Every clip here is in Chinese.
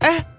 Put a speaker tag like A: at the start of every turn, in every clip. A: 哎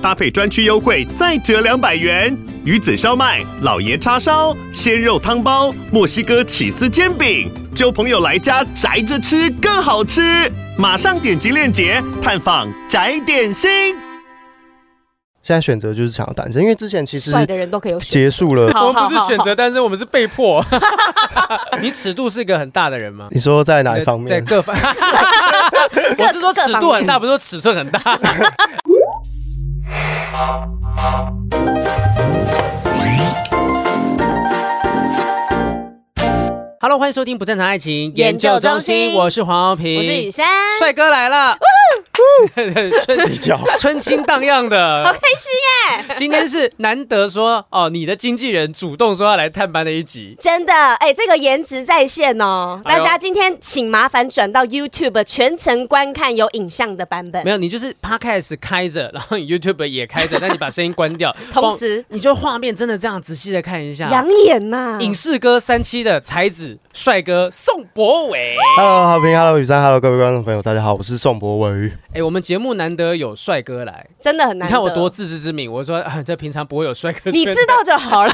A: 搭配专区优惠再折两百元。鱼子烧麦、老爷叉烧、鲜肉汤包、墨西哥起司煎饼，就朋友来家宅着吃更好吃。马上点击链接探访宅点心。
B: 现在选择就是想要单身，因为之前其实
C: 帅的人都可以有选。
B: 结束了。
C: 好
D: 我们
C: 好
D: 不是
C: 好
D: 选择单身，我们是被 迫。你尺度是一个很大的人吗？
B: 你说在哪一方
D: 在
B: 面？
D: 各方，我是说尺度很大，不是说尺寸很大。Hello，欢迎收听不正常爱情
C: 研究中心
D: 我是黄浩平，
C: 我是雨珊，
D: 帅哥来了， 春
B: 脚
D: 春心荡 漾
C: 好
D: 的
C: 开。心哎、
D: 今天是难得说哦，你的经纪人主动说要来探班的一集，
C: 真的哎、这个颜值在线哦！
D: 哎
C: 大
D: 呦
C: 家今天请麻烦转到 YouTube 全程观看有影像的版本
D: 没。有，你就是 podcast 开着，然后你 YouTube 也开着，但你把声音关 掉，
C: 同时
D: 你就画面真的这样仔细的看一下。
C: 养眼呐、
D: 影视歌三期的才子帅哥宋博 伟，
B: Hello，好评，Hello 雨山，Hello 各位观众朋友，大家好，我是宋博伟。
D: 哎、我们节目难得有帅哥来，
C: 真的很
D: 你
C: 难。
D: 看我多，自知之明，我说啊，这平常不会有帅哥。
C: 你知道就好 了。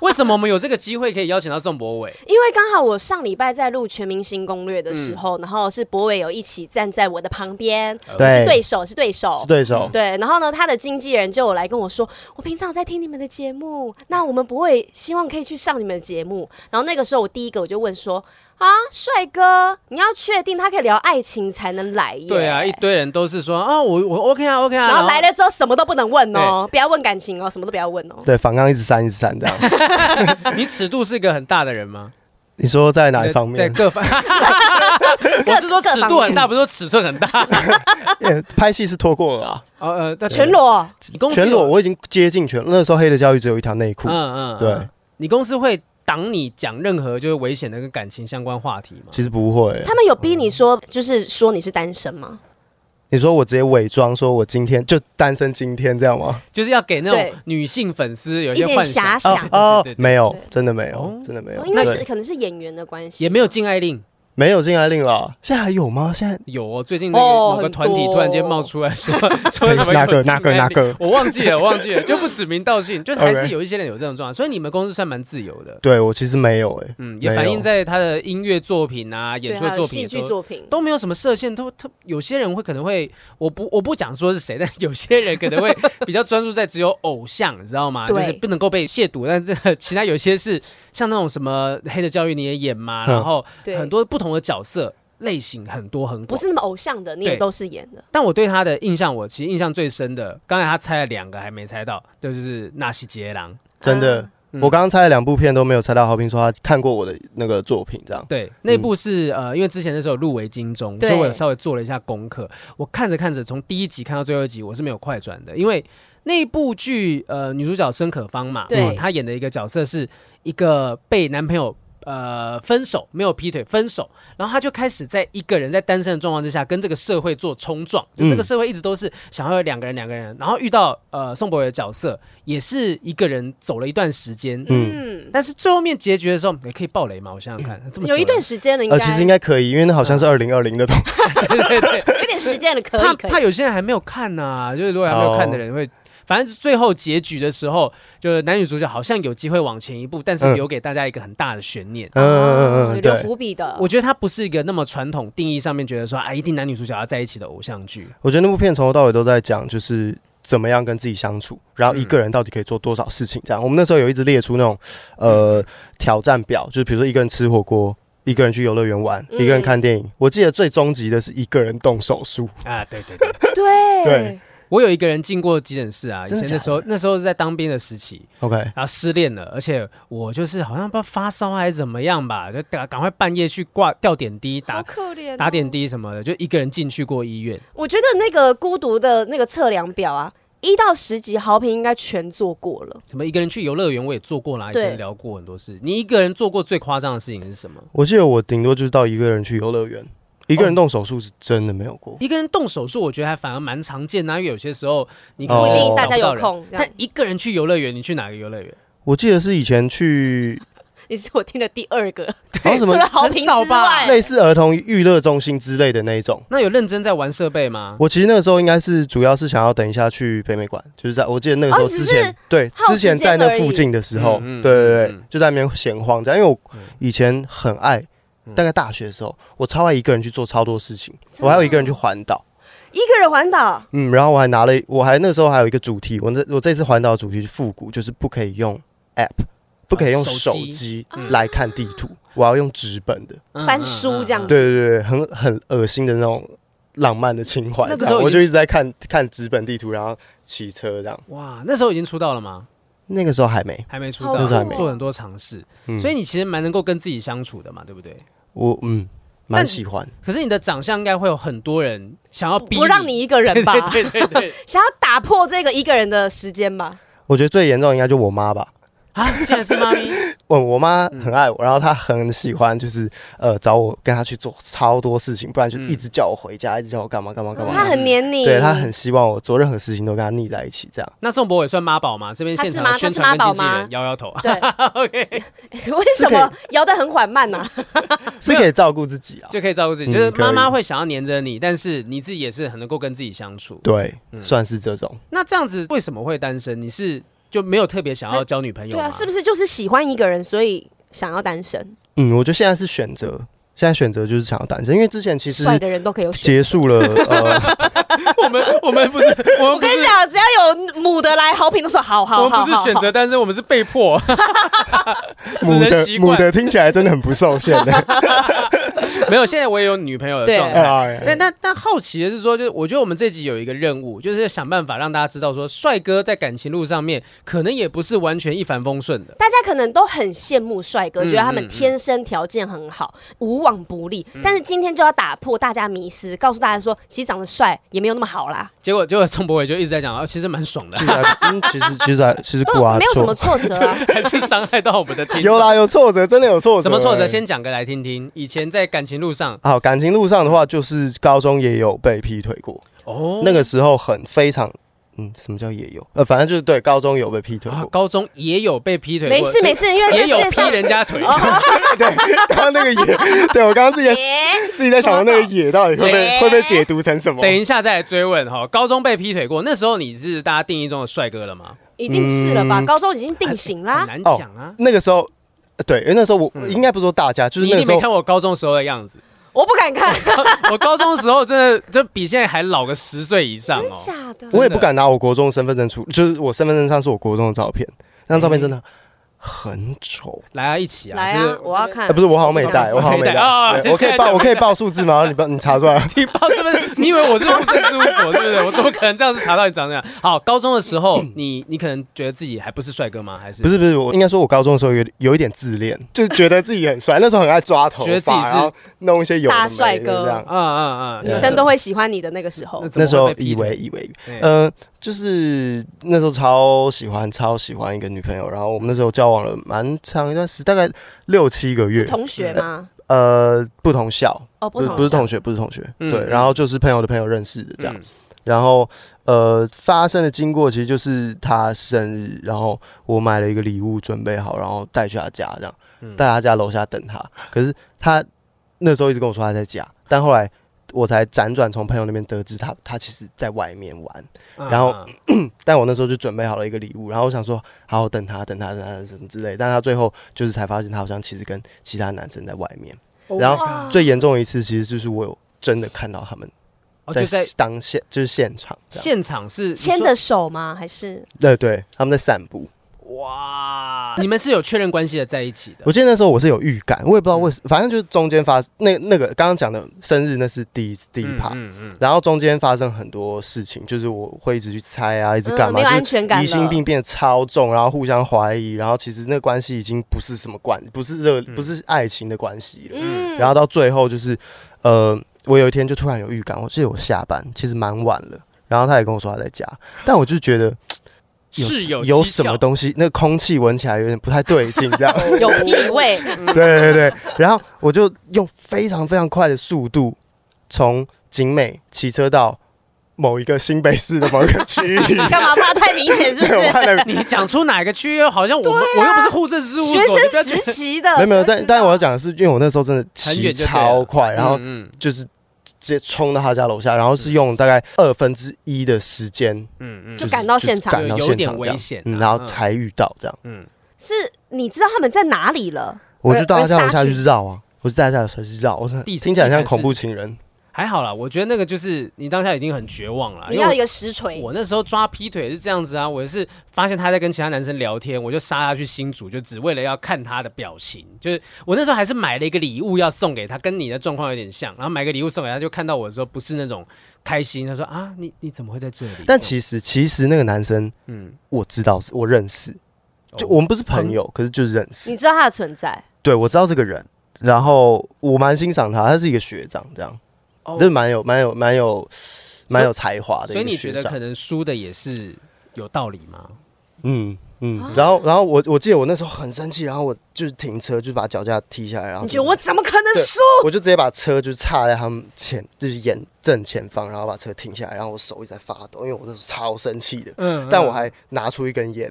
D: 为什么我们有这个机会可以邀请到宋博伟？
C: 因为刚好我上礼拜在录《全明星攻略》的时
D: 嗯
C: 候，然后是博伟有一起站在我的旁边，是对
B: 对，
C: 手，是对手，
B: 是对手。
C: 对，然后呢，他的经纪人就有来跟我说，我平常有在听你们的节目，那我们不会希望可以去上你们的节目。然后那个时候，我第一个我就问说，啊，帅哥，你要确定他可以聊爱情才能来耶？
D: 对啊，一。堆人都是说啊，我我 OK 啊 OK 啊，
C: 然后来了之后什么都不能问哦，不要问感情哦，什么都不要问哦。
B: 对，反刚一直删，一直删这 样。
D: 你尺度是一个很大的人吗？
B: 你说在哪一方
D: 在
B: 面？
D: 各方， 我是说尺度很大，不是说尺寸很大。
B: 也拍戏是拖过了啊，
D: 哦呃，但
C: 全，裸，
D: 你公司有
B: 全裸，我已经接近全。那时候黑的教育只有一条内裤。
D: 嗯嗯，
B: 对
D: 嗯，你公司会挡你讲任何就是危险的跟感情相关话题吗？
B: 其实不会。
C: 他们有逼你说，就是说你是单身吗？
B: 你说我直接伪装说我今天就单身，今天这样吗？
D: 就是要给那种
C: 对
D: 女性粉丝有
C: 一
D: 些
C: 点
D: 幻
C: 遐
D: 想，
C: 想，
D: 哦对对对对
B: 没有
C: 对，
B: 真的没
D: 哦
B: 有，真的没有
C: 哦。因为
B: 对
C: 是可能是演员的关系，
D: 也没有禁爱令。
B: 没有禁爱令了，现在还有吗？现在
D: 有哦，最近那个
C: 哦
D: 某个团体
C: 很多
D: 突然间冒出 来说说
B: 谁
D: 什么
B: 哪个
D: 有禁
B: 哪个
D: 爱令
B: 哪个
D: 我忘记了，我 忘记了，就不指名道姓，就是还是
B: OK
D: 有一些人有这种状况，所以你们公司算蛮自由的。
B: 对我其实没有哎、
D: 嗯，也
B: 没
D: 反
B: 有
D: 映在他的音乐作品啊、
C: 对
D: 演出
C: 还
D: 的
C: 有
D: 作品
C: 戏
D: 也
C: 剧
D: 都
C: 作品
D: 都没有什么射线，都特有些人会可能会，我不我不讲说是谁，但 有些人可 能会比较专注在只有偶像，你知道吗？
C: 对
D: 就是不能够被亵渎。但这个其他有些是 像那种什么黑的教育你也演嘛，
B: 哼
D: 然后
C: 嗯对
D: 很多不同的角色类型很多很
C: 不
D: 广。
C: 是那么偶像的，你也
D: 对
C: 都是演的。
D: 但我对他的印象，我其实印象最深的，刚才他猜了两个还没猜到，就是纳西杰郎。
B: 真的。
D: 嗯
B: 我刚刚猜了两部片都没有猜到，好评说他看过我的那个作品，这样
D: 对，那部是、呃，因为之前那时候入围金钟，所
C: 嗯对
D: 以我有稍微做了一下功课。我看着看着，从第一集看到最后一集，我是没有快转的，因为那部剧呃，女主角孙可芳嘛，
C: 对
D: 嗯她演的一个角色是一个被男朋友。呃，分手没有劈腿，分手，然后她就开始在一个人在单身的状况之下，跟这个社会做冲撞。就这个
B: 嗯
D: 社会一直都是想要有两个人，两个人，然后遇到呃宋博伟的角色，也是一个人走了一段时间，
C: 嗯，
D: 但是最后面结局的时候，也可以爆雷吗？我想想看，这么久
C: 有一
D: 了
C: 段时间了，应该嗯
B: 呃，其实应该可以，因为那好像是二零二零的东西。
D: 对对对，
C: 有点时间了，可
D: 怕
C: 以可
D: 怕
C: 以。
D: 有些人还没有看呐、就是如果还没有看
B: 哦
D: 的人会。反正最后结局的时候，就是男女主角好像有机会往前一步，但是
B: 嗯
D: 留给大家一个很大的悬念。
B: 嗯嗯嗯
C: 哦有
B: 嗯，
C: 留
B: 对，
C: 伏笔的。
D: 我觉得它不是一个那么传统定义上面觉得说啊，一定男女主角要在一起的偶像剧。
B: 我觉得那部片从头到尾都在讲就是怎么样跟自己相处，然后一个人到底可以做多少事情，这样。我们那时候有一直列出那种
C: 嗯
B: 呃挑战表，就是比如说一个人吃火锅。一个人去游乐园玩，
C: 嗯
B: 一个人看电影。我记得最终极的是一个人动手术，
D: 啊，对 对对，
C: 对
B: 对
D: 我有一个人进过急诊室啊，以
B: 真的
D: 前那
B: 假
D: 时候那时候是在当兵的时期，
B: OK，
D: 然后失恋了，而且我就是好像不知道发烧还是怎么样吧，就赶赶快半夜去挂吊点滴
C: 好
D: 打。
C: 可怜、哦
D: 打点。滴什么的，就一个人进去过医院。
C: 我觉得那个孤独的那个测量表啊，一到十级好评应该全做过了。
D: 什么一个人去游乐园，我也做过啦，以
C: 对
D: 前聊过很多事。你一个人做过最夸张的事情是什么？
B: 我记得我顶多就是到一个人去游乐园，一
C: 哦
B: 个人动手术是真的没有过。
D: 一个人动手术，我觉得还反而蛮常见的啊、因为有些时候你
B: 哦
C: 不一
D: 可能
C: 定大
D: 找
C: 家
D: 不到
C: 有
D: 人。
C: 空。这
D: 但
C: 样，
D: 一个人去游乐园，你去哪个游乐园？
B: 我记得是以前去
C: 你是我听的第二个，
B: 好像什
C: 除
B: 么
C: 了好评之
D: 很少吧
C: 外，
B: 类似儿童娱乐中心之类的那一种。
D: 那有认真在玩设备吗？
B: 我其实那个时候应该是主要是想要等一下去北美馆，就是在我记得那个时候
C: 哦只
B: 之
C: 是
B: 前、对
C: 耗
B: 之
C: 时间
B: 前在那
C: 而已
B: 附近的时候，
D: 嗯嗯
B: 对对对，
D: 嗯嗯嗯
B: 就在那边闲晃这样，因为我以前很爱。大概大学的时候，我超爱一个人去做超多事情，我还有一
C: 哦
B: 个人去环岛，
C: 一个人环岛，
B: 嗯，然后我还拿了，我还那时候还有一个主题，我这我这次环岛的主题是复古，就是不可以用 app，不可以用
D: 哦手
B: 手
D: 机
B: 机
D: 嗯
B: 来看地图，我要用纸本的，
D: 嗯
C: 翻书这样子
B: 对对对，很很恶心的那种浪漫的情怀。
D: 那个
B: 这样
D: 时候已经
B: 我就一直在看看纸本地图，然后骑车这样。
D: 哇，那时候已经出道了吗？
B: 那个时候还没，
D: 还没出
C: 好
D: 道，
B: 那时候还没
D: 做很多尝试，
B: 嗯
D: 所以你其实蛮能够跟自己相处的嘛，对不对？
B: 我嗯
D: 那
B: 蛮
D: 你
B: 喜欢。
D: 可是你的长相应该会有很多人想要逼
C: 不让你一个人吧，
D: 对对对对
C: 想要打破这个一个人的时间吧。
B: 我觉得最严重应该就我妈吧。
D: 啊，竟然是妈咪，
B: 我我妈很爱我，然后她很喜欢，就是呃找我跟她去做超多事情，不然就一直叫我回
D: 嗯
B: 家，一直叫我干嘛干嘛干嘛。
D: 啊
C: 他很黏你，
B: 对她很希望我做任何事情都跟她腻在一起，这样。
D: 那宋博伟算妈宝吗？这边现场的
C: 他是
D: 宣
C: 吗
D: 传跟经纪
C: 他是妈宝吗
D: 人摇摇头。
C: 对。
D: OK，
C: 为什么摇得很缓慢啊呢、
B: 是可以照顾自己啊。
D: 就可以照顾自
B: 嗯
D: 己，就是妈妈
B: 可以
D: 会想要黏着你，但是你自己也是很能够跟自己相处。
B: 对，
D: 嗯
B: 算是这种。
D: 那这样子为什么会单身？你是就没有特别想要交女朋友
C: 对
D: 吗？
C: 啊，是不是就是喜欢一个人，所以想要单身？
B: 嗯，我觉得现在是选择，现在选择就是想要单身，因为之前其实
C: 帅的人都可以有选。
B: 结束了，呃，
D: 我们我们不是我们
C: 我
D: 不
C: 跟
D: 是
C: 你讲，只要有母的来好评，都说好好
D: 我
C: 好好
D: 们不是
C: 好
D: 选择单身，我们是被迫， 只
B: 母
D: 能
B: 的
D: 习
B: 母
D: 惯。
B: 的听起来真的很不受限的。
D: 没有，现在我也有女朋友的
C: 对
D: 状态。但
B: 哎
D: 但但好奇的是说，就是我觉得我们这集有一个任务，就是想办法让大家知道说，帅哥在感情路上面可能也不是完全一帆风顺的。
C: 大家可能都很羡慕帅哥，
D: 嗯嗯
C: 觉得他们天生条件很好，无往不利。但是今天就要打破大家迷思，告诉大家说，其实长得帅也没有那么好啦，
D: 结果结果宋博伟就一直在讲，哦，其实蛮爽的
B: 其，实还嗯，其实其实还其实
C: 都
B: 过啊
C: 没有什么
B: 错，
C: 挫折啊。
D: 还是伤害到我们的听众。
B: 有啦有挫折，真的有挫折。
D: 什么挫
B: 哎
D: 折？先讲个来听听。以前在感情路上，
B: 好，感情路上的话，就是高中也有被劈腿过，
D: 哦，
B: 那个时候很非常。嗯，什么叫也有？呃，反正就是对高中有被劈腿
D: 啊
B: 过，
D: 高中也有被劈腿
C: 没
D: 过，
C: 事没
D: 事，
C: 事，因为这
D: 也
C: 世
D: 有
C: 界
D: 劈
C: 上哦
D: 人家腿。
B: 哦对，刚刚那个也，对我刚刚自己在
C: 耶
B: 自己在想的那个也到底会被
C: 喂
B: 会被解读成什么？
D: 等一下再来追问哈，高中被劈腿过，那时候你是大家定义中的帅哥了吗？
C: 一定是了吧？
B: 嗯
C: 高中已经定型
D: 很
C: 啦，
D: 难讲啊。
B: 那个时候，呃对，因为那时候我应该不是说大哦家，就
D: 你
B: 是
D: 一
B: 那个
D: 定
B: 时
D: 没
B: 候
D: 看我高中时候的样子，
C: 我不敢看，
D: 我高中时候真的就比现在还老个十岁以上
C: 真
D: 哦。
C: 假的？
B: 我也不敢拿我国中的身份证出，就是我身份证上是我国中的照片，那张照片真的很丑。
D: 来啊，一起啊，
C: 来
D: 就
C: 啊
D: 是，
C: 我要看。
B: 哎，不是，我好像没带，
C: 嗯
B: 我好像没
D: 没带哦
B: 带。对我可以报，我可以报数字吗？你帮你查出来。
D: 你 报哦是不是？你以为我是护政事务所是不是？我怎么可能这样子查到你长这样？好，高中的时候，你你可能觉得自己还不是帅哥吗？还是
B: 不是不是，我应该说，我高中的时候有有一点自恋，就是觉得自己很帅，那时候很爱抓头发，
D: 觉得自己是
B: 然后弄一些有的
C: 大帅
B: 没
C: 哥
B: 的这样。
D: 啊啊啊！
C: 女生都会喜欢你的那个时候
D: 那，怎么
B: 那时候
D: 会被劈
B: 以为
D: 腿
B: 以为，
D: 对
B: 嗯，就是那时候超喜欢超喜欢一个女朋友，然后我们那时候交往了蛮长一段时，大概六七个
C: 是
B: 月，
C: 同学吗？
B: 呃，不同校，
C: 哦，不
B: 不
C: 同，
B: 不是同学，不是同学，
D: 嗯
B: 对，
D: 嗯
B: 然后就是朋友的朋友认识的这样，
D: 嗯
B: 然后呃发生的经过其实就是他生日，然后我买了一个礼物准备好，然后带去他家这样，带他家楼下等他，可是他那时候一直跟我说他在家，但后来。我才辗转从朋友那边得知他，他其实在外面玩。然后
D: 啊
B: 但我那时候就准备好了一个礼物，然后我想说，好，我等他，等他，等他，什么之类。但他最后就是才发现，他好像其实跟其他男生在外面。
C: Oh
B: 然后
C: 哇
B: 最严重的一次，其实就是我有真的看到他们
D: 哦
B: 在
D: 就在
B: 当现就是现场这样，
D: 现场是
C: 牵
D: 你
C: 着手吗？还是
B: 对对，他们在散步。
D: 说哇，你们是有确认关系的在一起的
B: 我记得那时候我是有预感，我也不知道为什
C: 嗯
B: 么，反正就是中间发那那个刚刚讲的生日，那是第一第一
D: 嗯
B: 趴。
D: 嗯嗯，
B: 然后中间发生很多事情，就是我会一直去猜啊，一直干
C: 嗯
B: 嘛，
C: 没有
B: 就是
C: 安全感了
B: 疑心病变得超重，然后互相怀疑，然后其实那关系已经不是什么关，不是热，不是爱情的关系了。
C: 嗯，
B: 然后到最后就是，呃，我有一天就突然有预感，我记得我下班其实蛮晚了，然后他也跟我说他在家，但我就觉得
D: 是有
B: 有
D: 蹊
B: 什么
D: 跷
B: 东西，那个空气闻起来有点不太对劲，这样。
C: 有异味，
B: 对对对，然后我就用非常非常快的速度从景美骑车到某一个新北市的某一个区 域。
C: 干嘛怕太明显？是不
B: 对，我
C: 是？
B: 看了，
D: 你讲出哪个区域，好像我们、我又不是户政事务
C: 啊
D: 所，
C: 学
D: 你不要
C: 生
D: 觉得
C: 时期的，
B: 没有没有，
C: 谁会
B: 但
C: 知道
B: 但我要讲的是，因为我那时候真的
D: 很远
B: 骑
D: 就对了
B: 超快，然后
D: 嗯
B: 就是直接冲到他家楼下，然后是用大概二分之一的时间
D: 嗯嗯
C: 就
D: 嗯，
C: 赶到现场
B: 赶到
D: 有
B: 现
D: 点
B: 场这
D: 危
B: 样
D: 险啊
B: 嗯然后
D: 嗯
B: 才遇到这样。
C: 是你知道他们在哪里了？
B: 我就到他家楼
C: 而
B: 下
C: 呃而杀
B: 去
C: 去
B: 绕啊，我就在他家楼下去绕，我是
D: 地
B: 听起来
D: 地毯
B: 像
D: 式
B: 恐怖情人，
D: 还好啦，我觉得那个就是你当下已经很绝望
B: 啊
D: 了，
C: 你
D: 因
C: 要一
D: 为
C: 个实
D: 我
C: 锤，
D: 我那时候抓劈腿也是这样子啊，我是发现他在跟其他男生聊天，我就杀他去新竹，就只为了要看他的表情。就是我那时候还是买了一个礼物要送给他，跟你的状况有点像，然后买个礼物送给他，就看到我的时候不是那种开心，他说啊你你怎么会在这里？
B: 但其实其实那个男生
D: 嗯，
B: 我知道，我认识，就
D: 哦
B: 我们不是朋友，可是就认识。
C: 你知道他的存在。
B: 对，我知道这个人，然后我蛮欣赏他，他是一个学长，这样，
D: 哦
B: 就是蛮有蛮有蛮有蛮有才华的一
D: 所以
B: 个
D: 你
B: 学
D: 觉
B: 长。
D: 得可能输的也是有道理吗？
B: 嗯
C: 啊
B: 嗯，然后然后我我记得我那时候很生气，然后我就停车，就把脚架踢下来，然后
C: 你
B: 就
C: 觉得我怎么可能
B: 对
C: 输？
B: 我就直接把车就插在他们前，就是眼正前方，然后把车停下来，然后我手一直在发抖，因为我那时候超生气的。
D: 嗯
B: 但我还拿出一根烟，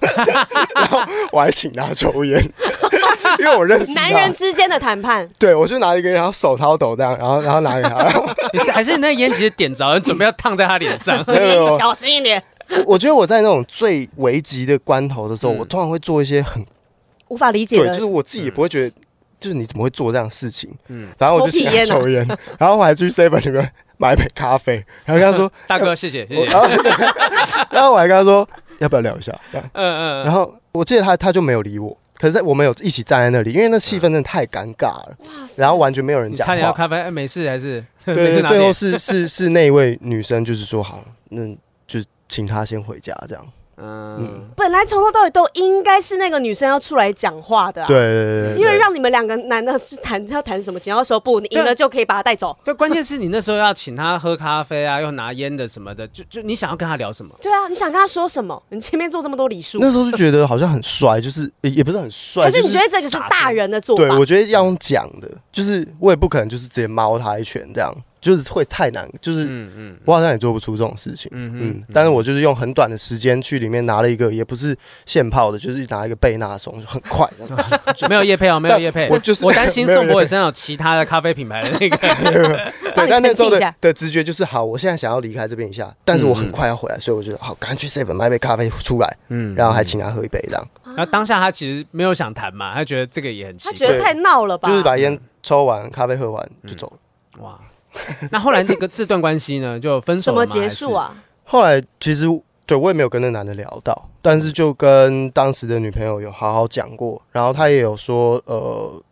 B: 然后然后我还请他抽烟， 因为我认识他。
C: 男人之间的谈判，
B: 对，我就拿一根，然后手超抖这样，然后然后拿给他， 然后。
D: 你是还是那烟其实点着，准备要烫在他脸上
C: 你
B: 没有没有，
C: 小心一点，
B: 我我觉得我在那种最危急的关头的时候，
D: 嗯
B: 我通常会做一些很
C: 无法理解
B: 对，就是
C: 的。
B: 我自己也不会觉得，就是你怎么会做这样的事情？
D: 嗯
B: 嗯，然后我就请他
C: 抽啊
B: 抽烟， 然后我还去 seven 里面买一杯咖啡，然后跟他说，
D: 大哥，谢谢谢
B: 我啊
D: 谢。
B: 然后然后我还跟他说要不要聊一下，这样
D: 嗯
B: 然
D: 嗯，
B: 后我记得他他就没有理我，可是我们有一起站在那里，因为那气氛真的太尴尬了，
C: 嗯
B: 然后完全没有人
D: 你
B: 讲
D: 差点要
B: 话。
D: 咖啡，哎没事还是
B: 对
D: 没事
B: 对，
D: 拿
B: 最后
D: 点
B: 是是是那一位女生就是说好，那就请他先回家这样。
D: 嗯，
C: 本来从头到尾都应该是那个女生要出来讲话的啊、
B: 对对对对，
C: 因为让你们两个男的是谈要谈什么剪刀手布，你赢
B: 啊
C: 了就可以把他带走。
D: 对，关键是你那时候要请他喝咖啡啊，又拿烟的什么的，就就你想要跟他聊什么？
C: 对啊，你想跟他说什么？你前面做这么多礼数，
B: 那时候就觉得好像很帅，就是也也不是很帅，
C: 可是
B: 就
C: 你觉得这个是大人的做
B: 对，
C: 法？
B: 我觉得要用讲的，就是我也不可能就是直接猫他一拳这样，就是会太难，就是
D: 嗯嗯
B: 我好像也做不出这种事情。
D: 嗯
B: 嗯，但是我就是用很短的时间去里面拿了一个，也不是现泡的，就是拿一个贝纳松，就很 快。这样
D: 嗯，没有叶配哦，没有叶配，
B: 我就是
D: 我担心
B: 没有
D: 宋博
B: 业
D: 伟
B: 配
D: 身上有其他的咖啡品牌的那个，
C: 帮
B: 对，
C: 你
B: 但那
C: 澄
B: 时候
C: 清一下
B: 的的直觉就是，好，我现在想要离开这边一下，但是我很快要回来，所以我觉得好，赶紧去 seven 买杯咖啡出来，
D: 嗯
B: 然后还请他喝一杯，这样
D: 然后当下他其实没有想谈嘛，他觉得这个也很奇
C: 他
D: 怪，
C: 觉得
B: 对
C: 太闹了吧？
B: 就是把
D: 嗯
B: 烟抽完，咖啡喝完就走了。
D: 哇。那后来那个这段关系呢，就分手
C: 怎
D: 了
C: 么
D: 吗
C: 结束？啊？
B: 后来其实对我也没有跟那男的聊到，但是就跟当时的女朋友有好好讲过，然后他也有说，呃，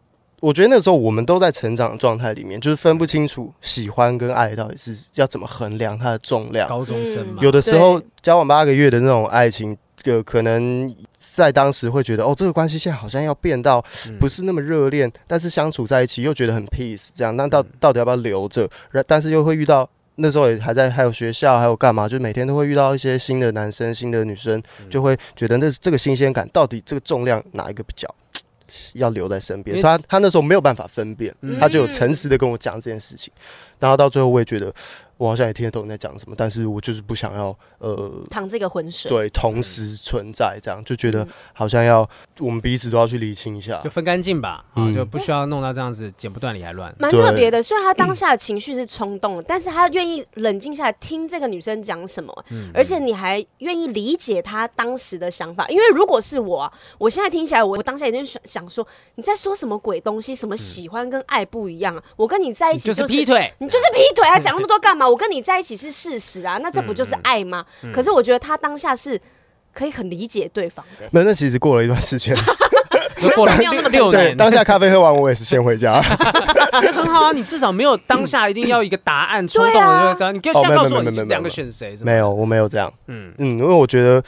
B: 我觉得那时候我们都在成长的状态里面，就是分不清楚喜欢跟爱到底是要怎么衡量它的重
D: 还是
B: 量。
D: 高中生
C: 嗯
D: 嘛，
B: 有的时候
C: 对
B: 交往八个月的那种爱情，呃，可能在当时会觉得，哦，这个关系现在好像要变到
D: 嗯
B: 不是那么热恋，但是相处在一起又觉得很 peace，这样那到到底要不要留着？然但是又会遇到那时候也还在还有学校还有干嘛，就每天都会遇到一些新的男生、新的女生，
D: 嗯
B: 就会觉得那这个新鲜感到底这个重量哪一个比较要留在身边？
D: 因为
B: 所以他他那时候没有办法分辨，
D: 嗯
B: 他就有诚实的跟我讲这件事情，然后到最后我也觉得我好像也听得懂你在讲什么，但是我就是不想要呃
C: 淌这个浑水，
B: 对，同时存在这样，就觉得
C: 嗯
B: 好像要我们彼此都要去理清一下
D: 就。分干净吧，啊，
B: 嗯
D: 就不需要弄到这样子剪不断理还 乱。
C: 蛮
B: 对
C: 特别的。虽然他当下的情绪是冲动的，但是他愿意冷静下来听这个女生讲什么，
D: 嗯
C: 而且你还愿意理解她当时的想法。因为如果是我、啊，我现在听起来，我我当下一定想想说，你在说什么鬼东西？什么喜欢跟爱不一样啊？我跟你在一
D: 嗯你
C: 起
D: 就是劈。腿，
C: 你就是劈腿 啊！讲那么多干嘛？我跟你在一起是事实啊，
D: 嗯
C: 那这不就是爱吗？可是我觉得他当下是可以很理解对方的、
B: 没有，那其实过了一段时间，
D: 就 过了
C: 没有那么
D: 六
B: 对，
D: 年，
B: 当下咖啡喝完，我也是先回家。
D: 那很好啊，你至少没有当下一定要一个答案，冲动
C: 对啊
D: 了就这样。你给
B: 哦
D: 我现在告诉我
B: 没有没有没有
D: 你两个选谁？什 么
B: 没，有，我没有这样。
D: 嗯，
B: 嗯，因为我觉得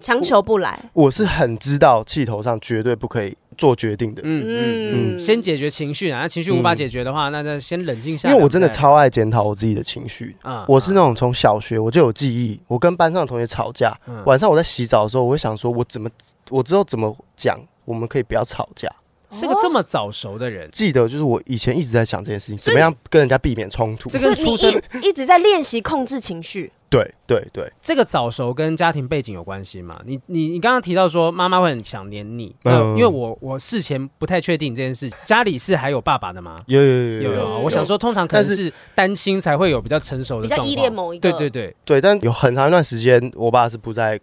C: 强求不来。
B: 我是很知道气头上绝对不可以做决定的，
D: 嗯嗯嗯，先解决情绪啊，那情绪无法解决的话，那就先冷静下
B: 嗯因
D: 来。
B: 为我真的
D: 对不对，
B: 超爱检讨我自己的情绪。
D: 嗯
B: 我是那种从小学我就有记忆，我跟班上的同学吵架，
D: 嗯
B: 晚上我在洗澡的时候，我会想说，我怎么，我之后怎么讲，我们可以不要吵架。
D: 是个这么早熟的人，
B: 记得就是我以前一直在想这件事情，
C: 所
B: 怎
C: 以
B: 么样跟人家避免冲突。
D: 这
C: 所
D: 跟
C: 以你
D: 出生
C: 一一直在练习控制情绪，
B: 对对对，
D: 这个早熟跟家庭背景有关系嘛？你你你刚刚提到说妈妈会很想念你，那
B: 嗯
D: 因为我我事前不太确定这件事，家里是还有爸爸的吗？
B: 有有
D: 有
B: 有
D: 有啊，
C: 嗯有
D: 我想说，通常可能
B: 但是
D: 是单亲才会有比较成熟的
C: 比较
D: 状
C: 依
D: 况，
C: 恋某一个
D: 对对对，
B: 对，但有很长一段时间，我爸是不在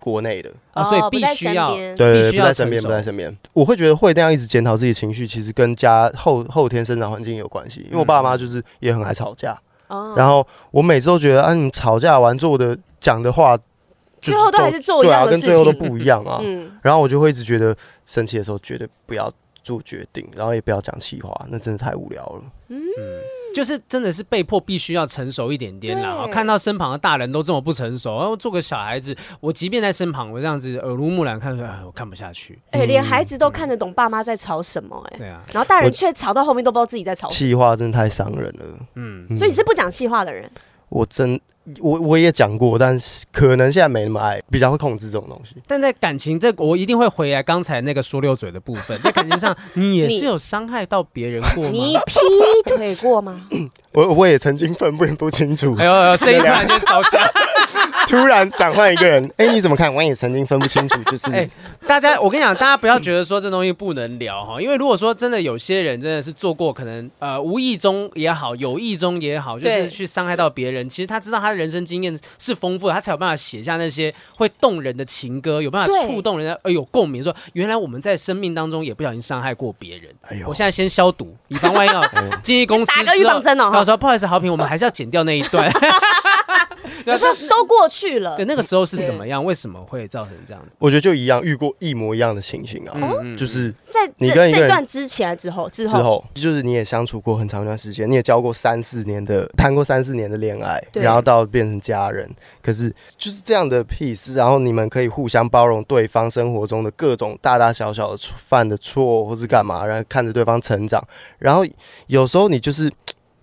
B: 国内的，
D: 啊，
C: 哦
D: 所以
C: 不
D: 必
C: 在
D: 须
C: 身
D: 要
C: 边
B: 对，
D: 必须
B: 不
D: 要
B: 在身边，
D: 成熟
B: 不在身边。我会觉得会那样一直检讨自己情绪，其实跟家后后天生长环境有关系。因为我爸妈就是也很爱吵架，
C: 嗯哦
B: 然后我每次都觉得啊，你吵架完做的讲的话，就
C: 最后都还是做一
B: 对
C: 样
B: 啊，
C: 的
B: 跟
C: 事情，
B: 最后都不一样啊。
C: 嗯，
B: 然后我就会一直觉得生气的时候绝对不要做决定，然后也不要讲气话，那真的太无聊了。
D: 就是真的是被迫必须要成熟一点点啦。
C: 对
D: 看到身旁的大人都这么不成熟，然后做个小孩子，我即便在身旁，我这样子耳濡目染看，哎，我看不下去。
C: 哎，连孩子都看得懂爸妈在吵什么，哎，
D: 对啊，
C: 然后大人
B: 嗯我
C: 却吵到后面都不知道自己在吵什
B: 气话真的太伤人了。
D: 嗯，
C: 么，所以你是不讲气话的人，
B: 我真我我也讲过，但是可能现在没那么爱，比较会控制这种东西。
D: 但在感情这，我一定会回来刚才那个说溜嘴的部分，在感情上，你也
C: 你
D: 是有伤害到别人过
C: 你
D: 吗？
C: 劈腿过吗？
B: 我我也曾经分辨不清楚
D: 哎，呦哎呦，声音突然间烧瞎。
B: 突然转换一个人，哎、你怎么看？我也曾经分不清楚，就是、
D: 哎大家，我跟你讲，大家不要觉得说这东西不能聊哈，因为如果说真的有些人真的是做过，可能呃无意中也好，有意中也好，就
C: 对
D: 是去伤害到别人。其实他知道他的人生经验是丰富的，他才有办法写下那些会动人的情歌，有办法
C: 对
D: 触动人家，呃，有共鸣。说原来我们在生命当中也不小心伤害过别人。
B: 哎呦
D: 我现在先消毒，以 防万一哦。经纪公司
C: 哎打个
D: 之
C: 预
D: 后
C: 防针哦哈
D: 他说不好意思，好评，我们还是要剪掉那一 段。
C: 我说都过去了
D: 对，，那个时候是怎么样？为什么会造成这样子？
B: 我觉得就一样，遇过一模一样的情形啊，
D: 嗯
B: 就是
C: 在
B: 你
C: 这
B: 跟一个
C: 这
B: 人
C: 段之前之后之
B: 之
C: 后，
B: 后就是你也相处过很长一段时间，你也交过三四年的，谈过三四年的恋爱，
C: 对
B: 然后到变成家人，可是就是这样的 peace，然后你们可以互相包容对方生活中的各种大大小小的错犯的错或是干嘛，然后看着对方成长，然后有时候你就是嘖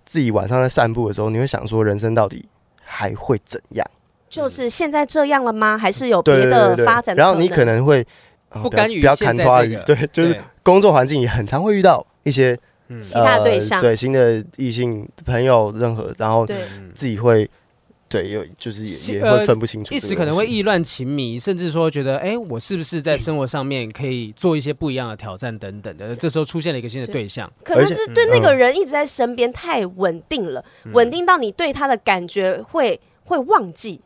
B: 自己晚上在散步的时候，你会想说人生到底还会怎样？
C: 就是现在这样了吗？还是有
B: 对
C: 哦别
B: 对
C: 的
B: 对对
C: 发展的
B: 然后你可能会、啊
D: 不甘于
B: 不要
D: 现在
B: 看花
D: 这
B: 语
D: 个，
B: 对，就是
D: 对
B: 工作环境也很常会遇到一些
D: 嗯
C: 其他对象
B: 呃、对新的异性朋友任何，然后
C: 对
D: 嗯
B: 自己会对有就是
D: 是
B: 也也
D: 呃
B: 会分不清楚这
D: 一
B: 个东西，
D: 时可能会意乱情迷，甚至说觉得，哎、我是不是在生活上面可以做一些不一样的挑战等等的？这时候出现了一个新的对象，
C: 可能
B: 而且嗯
C: 是对那个人一直在身边太稳定了，稳定到你对他的感觉会会忘记，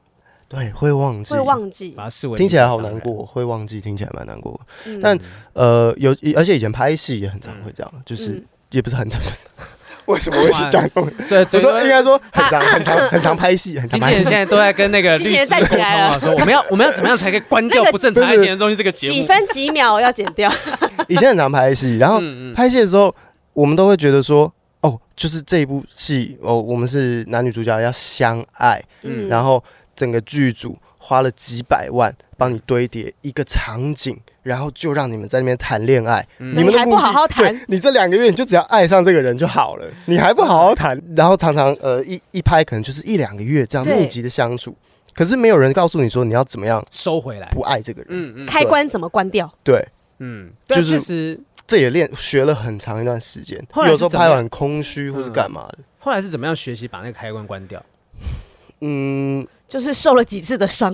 B: 对会忘记
C: 会忘记
D: 把。它视为
B: 听起来
D: 理所
B: 好
D: 当
B: 难
D: 然。
B: 过，会忘记，听起来蛮难过。
C: 嗯
B: 但呃，有而且以前拍戏也很常会这样，就是
C: 嗯
B: 也不是 很常。为什么会是这 样？我
D: 对，所以
B: 说哎应该 说很常、很常、很常拍戏，很常
D: 经纪
B: 拍
D: 人
B: 戏
D: 现。在都在跟那个
C: 经纪
D: 律
C: 人
D: 师
C: 站
D: 沟
C: 起
D: 通
C: 来
D: 啊，
C: 了
D: 说我们要我们要怎么样才可以关掉
C: 那个
D: 不正常爱情的东西这个节
C: 几
D: 目？
C: 分几秒要剪 掉，
B: 以前很常拍戏，然后
D: 嗯嗯，
B: 拍戏的时候，我们都会觉得说，哦，就是这一部戏哦，我们是男女主角要相爱，
D: 嗯
B: 然后整个剧组花了几百万帮你堆叠一个场景，然后就让你们在那边谈恋爱。
D: 嗯
B: 你们的
C: 还不
B: 目的
C: 好好谈
B: 对你这两个月你就只要爱上这个人就好了，你还不好好谈，然后常常呃一一拍可能就是一两个月这样
C: 对
B: 密集的相处，可是没有人告诉你说你要怎么样
D: 收回来，
B: 不爱这个人。
D: 嗯嗯
C: 开关怎么关掉？
B: 对，
D: 嗯，对啊，
B: 就是
D: 确实，
B: 这也练学了很长一段时间，
D: 后来是
B: 有时候
D: 怎么
B: 拍
D: 样嗯
B: 完很空虚或是干嘛的，
D: 后来是怎么样学习把那个开关关掉？
B: 嗯
C: 就是受了几次的 伤，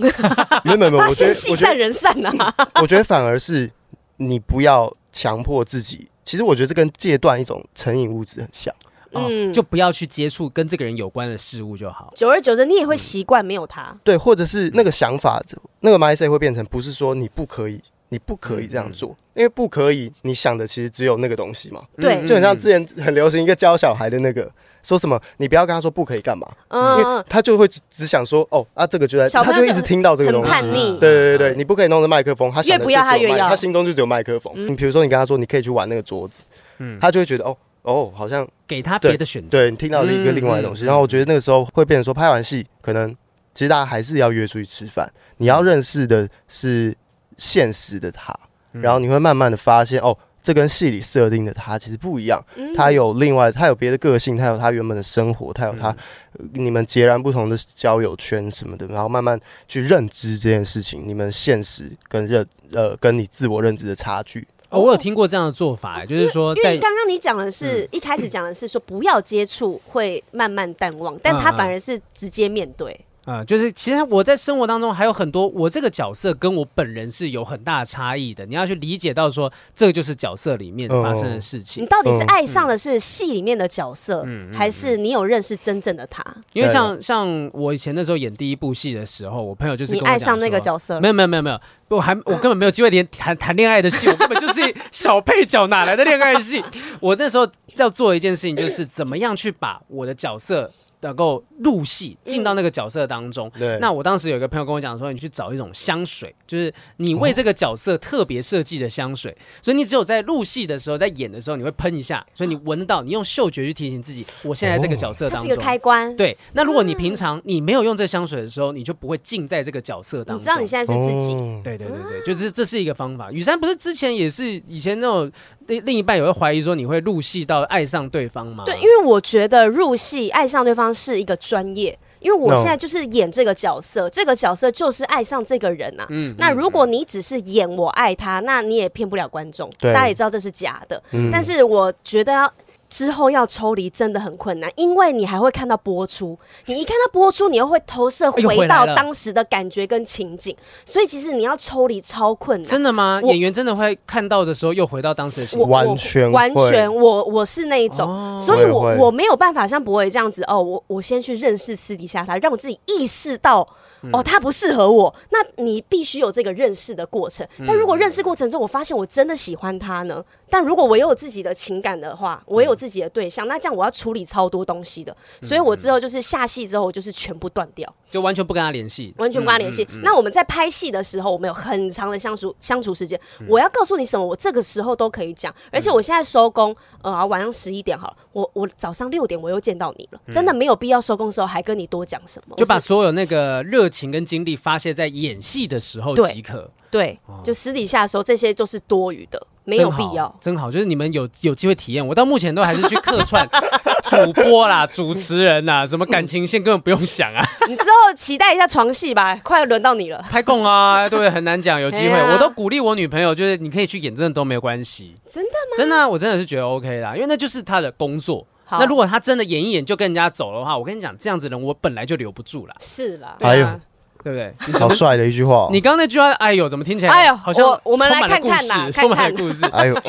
B: 没有没有，没有
C: 他
B: 我觉
C: 先
B: 得
C: 戏
B: 我觉
C: 散
B: 得
C: 人啊散呐。
B: 我觉得反而是你不要强迫自己。其实我觉得这跟戒断一种成瘾物质很像。
D: 嗯，就不要去接触跟这个人有关的事物就好。
C: 久而久之，你也会习惯没有他。
B: 对，或者是那个想法，那个 mindset 会变成不是说你不可以，你不可以这样做，因为不可以，你想的其实只有那个东西嘛。
C: 对
D: 嗯
B: 就很像之前很流行一个教小孩的那个，说什么你不要跟他说不可以干嘛，因
C: 嗯，
B: 为
C: 嗯
B: 他就会只只想说哦啊这个就在，
C: 小
B: 他
C: 朋友
B: 就一直听到这个
C: 很
B: 东西，
C: 叛逆。
B: 对对对，对你不可以弄成麦克风，他想的就
C: 嗯越不
B: 只有
C: 要
B: 麦，
C: 他越要嗯
B: 他心中就只有麦克风。你比如说，你跟他说你可以去玩那个桌子，
D: 嗯
B: 他就会觉得哦哦，好像
D: 给他别的选择。
B: 对你听到了一个
D: 嗯
B: 另外的东
D: 嗯
B: 西。
D: 嗯
B: 然后我觉得那个时候会变成说，拍完戏可能其实大家还是要约出去吃饭，你要认识的是现实的他，然后你会慢慢的发现哦。这跟戏里设定的他其实不一样，
C: 嗯
B: 他有另外，他有别的个性，他有他原本的生活，他有他、呃你们截然不同的交友圈什么的，然后慢慢去认知这件事情，你们现实跟认呃跟你自我认知的差距，
D: 哦，我有听过这样的做法，就是说
C: 哦因
D: 在
C: 为刚刚你讲的
B: 嗯
C: 是、一开始讲的是说不要接触，会慢慢淡忘，但他
D: 嗯嗯
C: 反而是直接面对。
D: 啊、就是其实我在生活当中还有很多，我这个角色跟我本人是有很大的差异的。你要去理解到说，这个就是角色里面发生的事情。
C: 你到底是
B: 嗯
C: 爱上的是戏里面的角色，还是你有认识真正的他？
D: 因为像像我以前那时候演第一部戏的时候，我朋友就是
C: 你
D: 跟我
C: 爱
D: 讲
C: 上那
D: 说
C: 个角色
D: 没
C: 了？
D: 有没有没有没有，我还我根本没有机会连谈谈恋爱的戏，我根本就是小配角，哪来的恋爱戏？ 我那时候要做一件事情，就是怎么样去把我的角色能够入戏，进到那个角色当中。
B: 对
D: 那我当时有一个朋友跟我讲说，你去找一种香水，就是你为这个角色特别设计的香水，所以你只有在入戏的时候，在演的时候你会喷一下，所以你闻得到，你用嗅觉去提醒自己，我现在在这个角色
C: 它
D: 当
C: 是一
D: 中。
C: 个开关。
D: 对，那如果你平常你没有用这香水的时候，你就不会浸在这个角色当中。
C: 你知道你现在啊是自己，
B: 哦
D: 对对对对，就是这是一个方法。雨山不是之前也是以前那种另另一半也会怀疑说你会入戏到爱上对方吗？
C: 对，因为我觉得入戏爱上对方是一个专业，因为
D: 哦
C: 我
B: No
C: 现在就是演这个角色，这个角色就是爱上这个人啊。
D: 嗯
C: 那如果你只是演我爱他，那你也骗不了观众，
B: 对
C: 大家也知道这是假的。
B: 嗯
C: 但是我觉得要。之后要抽离真的很困难，因为你还会看到播出，你一看到播出，你又会投射
D: 哎呦回
C: 回
D: 来
C: 到
D: 了
C: 当时的感觉跟情景，所以其实你要抽离超困难。
D: 真的吗？
C: 我
D: 演员真的会看到的时候又回到当时的情
C: 我
D: 况。
B: 完全
C: 我完
B: 会
C: 全我我是那一种，所以
B: 我也
C: 我
B: 会
C: 我没有办法像博伟这样子哦，我我先去认识私底下他，让我自己意识到。哦，他不适合我，那你必须有这个认识的过程。但如果认识过程中，我发现我真的喜欢他呢？但如果我也有自己的情感的话，我也有自己的对象，那这样我要处理超多东西的。所以我之后就是下戏之后，我就是全部断掉。
D: 就完全不跟他联系。
C: 完全不跟他联
B: 嗯
C: 系。那我们在拍戏的时候，我们有很长的相处相处时间。
B: 嗯
C: 我要告诉你什么，我这个时候都可以讲。而且我现在收工，呃，啊晚上十一点好了，我我早上六点我又见到你了，
B: 嗯
C: 真的没有必要收工的时候还跟你多讲什么。
D: 就把
C: 我是
D: 所有那个热情跟精力发泄在演戏的时候
C: 对
D: 即可，
C: 对，
B: 哦
C: 就私底下的时候这些都是多余的，没
D: 真
C: 有必
D: 好
C: 要。
D: 真好，就是你们有有机会体验，我到目前都还是去客串 主播啦、主持人啦，什么感情线根本不用想啊。
C: 你之后 期待一下床戏吧，快轮到你了，
D: 拍控啊， 对，很难讲，有机会，
C: 哎呀
D: 我都鼓励我女朋友，就是你可以去演，真的都没有关系，
C: 真的吗？
D: 真的啊、我真的是觉得 OK 啦，因为那就是她的工作。
C: 好，
D: 那如果她真的演一演就跟人家走的话，我跟你讲，这样子的人我本来就留不住啦，
C: 是啦，
B: 哎呦
D: 对啊对不对？你
B: 好帅的一句话哦，。
D: 你刚刚那句话，哎呦，怎么听起来？
C: 哎呦
D: 好像
C: 我我们来
D: 充满了
C: 看看啦看看
D: 故事充满了 故事
B: 哎呦，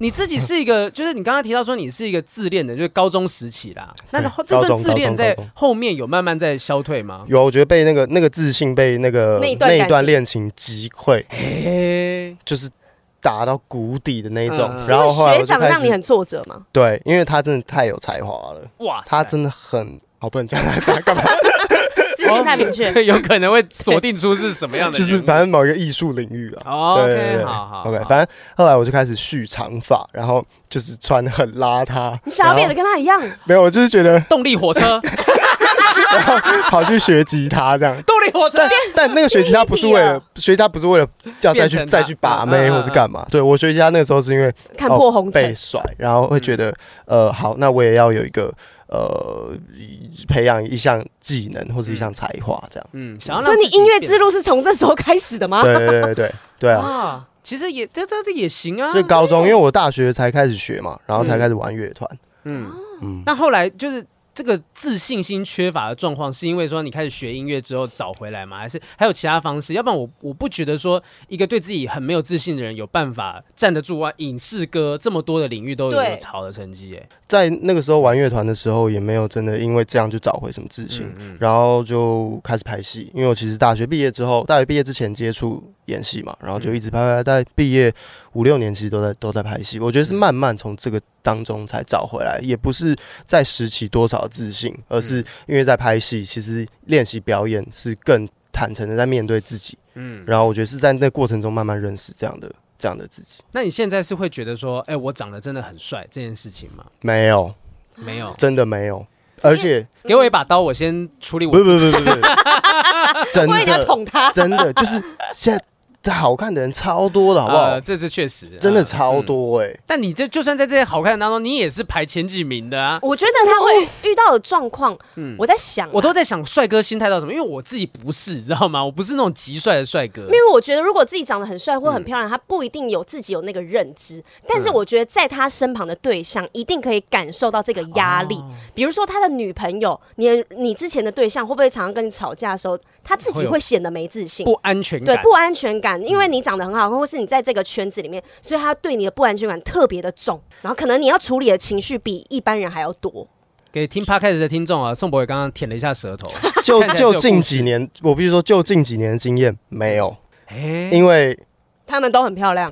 D: 你自己是一个，就是你刚刚提到说你是一个自恋的，就是高中时期啦。那
B: 对
D: 后这份
B: 高中
D: 自恋
B: 高中
D: 在
B: 高中
D: 后面有慢慢在消退吗？
B: 有啊，我觉得被那个那个自信被那个
C: 那一段感情
B: 恋情击溃，
D: 哎，
B: 就是打到谷底的那一种
D: 嗯。
B: 然后后来
C: 学
B: 我就
C: 长
B: 开
C: 让你
B: 始
C: 很挫折吗？
B: 对，因为他真的太有才华了，
D: 哇塞，
B: 他真的很好，不能讲他干嘛，
C: 自信太明确，
B: 哦
D: 这有可 能会锁定出是什么样的
B: 就
D: 人物，
B: 是反正某一个艺术领域啊。
D: 哦
B: 对对
D: ，OK，
B: 对
D: 好好
B: OK，
D: 好
B: 反正后来我就开始蓄长发，然后就是穿得很邋遢。
C: 你想要变得
B: 然
C: 跟他一样，
B: 后没有，我就是觉得
D: 动力火车，
B: 然后跑去学吉他这 样。
D: 动力火车，
B: 但但那个学吉他不是为 了学吉他不是为了要再去
D: 变成他
B: 再去把妹
D: 嗯嗯嗯
B: 或是干嘛？对我学吉他那个时候是因为
C: 看破红
B: 哦被
C: 尘，嗯
B: 甩，然后会觉得、呃，好，那我也要有一个呃，培养一项技能或是一项才华，这样。
D: 嗯，想要
C: 所
D: 让
C: 以你
D: 自己
C: 音乐
D: 变
C: 之路是从这时候开始的吗？
B: 对对对对对啊！
D: 啊，其实也这这这也行啊
B: 就。高中，因为我大学才开始学嘛，然后才开始玩乐团。
D: 嗯，那后来就是这个自信心缺乏的状况，是因为说你开始学音乐之后找回来吗？还是还有其他方式？要不然我我不觉得说一个对自己很没有自信的人有办法站得住啊。影视歌这么多的领域都有
C: 对
D: 有好的成绩耶、
B: 在那个时候玩乐团的时候，也没有真的因为这样就找回什么自信，然后就开始拍戏。因为我其实大学毕业之后，大学毕业之前接触演戏嘛，然后就一直拍拍拍，在毕业五六年其实都在都在拍戏。我觉得是慢慢从这个当中才找回来，也不是在拾起多少自信，而是因为在拍戏，其实练习表演是更坦诚的在面对自己。嗯，然后我觉得是在那过程中慢慢认识这样的这样的自己。
D: 那你现在是会觉得说，哎、我长得真的很帅这件事情吗？
B: 没有，
D: 没有，
B: 真的没有，而且。
D: 给我一把刀，我先处理
B: 不
D: 我。
B: 不不不不，真
C: 我以为你要
B: 的
C: 捅他，
B: 真的就是现在这好看的人超多的，好不好？
D: 呃这是确实，
B: 真的
D: 呃
B: 超。
D: 嗯
B: 多哎、
D: 但你这就算在这些好看的当中，你也是排前几名的啊。
C: 我觉得他会遇到的状况，哦
D: 嗯
C: 我在想啊、
D: 我都在想帅哥心态到什么，因为我自己不是，你知道吗？我不是那种极帅的帅哥
C: 因。为我觉得，如果自己长得很帅
D: 嗯
C: 或很漂亮，他不一定有自己有那个认知，但是我觉得在他身旁的对象一定可以感受到这个压力。
D: 哦
C: 比如说他的女朋友，你你之前的对象会不会常常跟你吵架的时候，他自
D: 会
C: 己
D: 有
C: 会显得没自信
D: 不？嗯安全
C: 对
D: 感，
C: 不安全感，因为你长得很好看，或是你在这个圈子里面，所以他对你的不安全感特别的重，然后可能你要处理的情绪比一般人还要多。
D: 给听 podcast 的听众啊，宋博伟刚刚舔了一下舌头。
B: 就
D: 看起来是有
B: 就
D: 故
B: 近
D: 事
B: 几年，我必须说，就近几年的经验没有，
D: 哎，
B: 因为
C: 他们都很漂亮，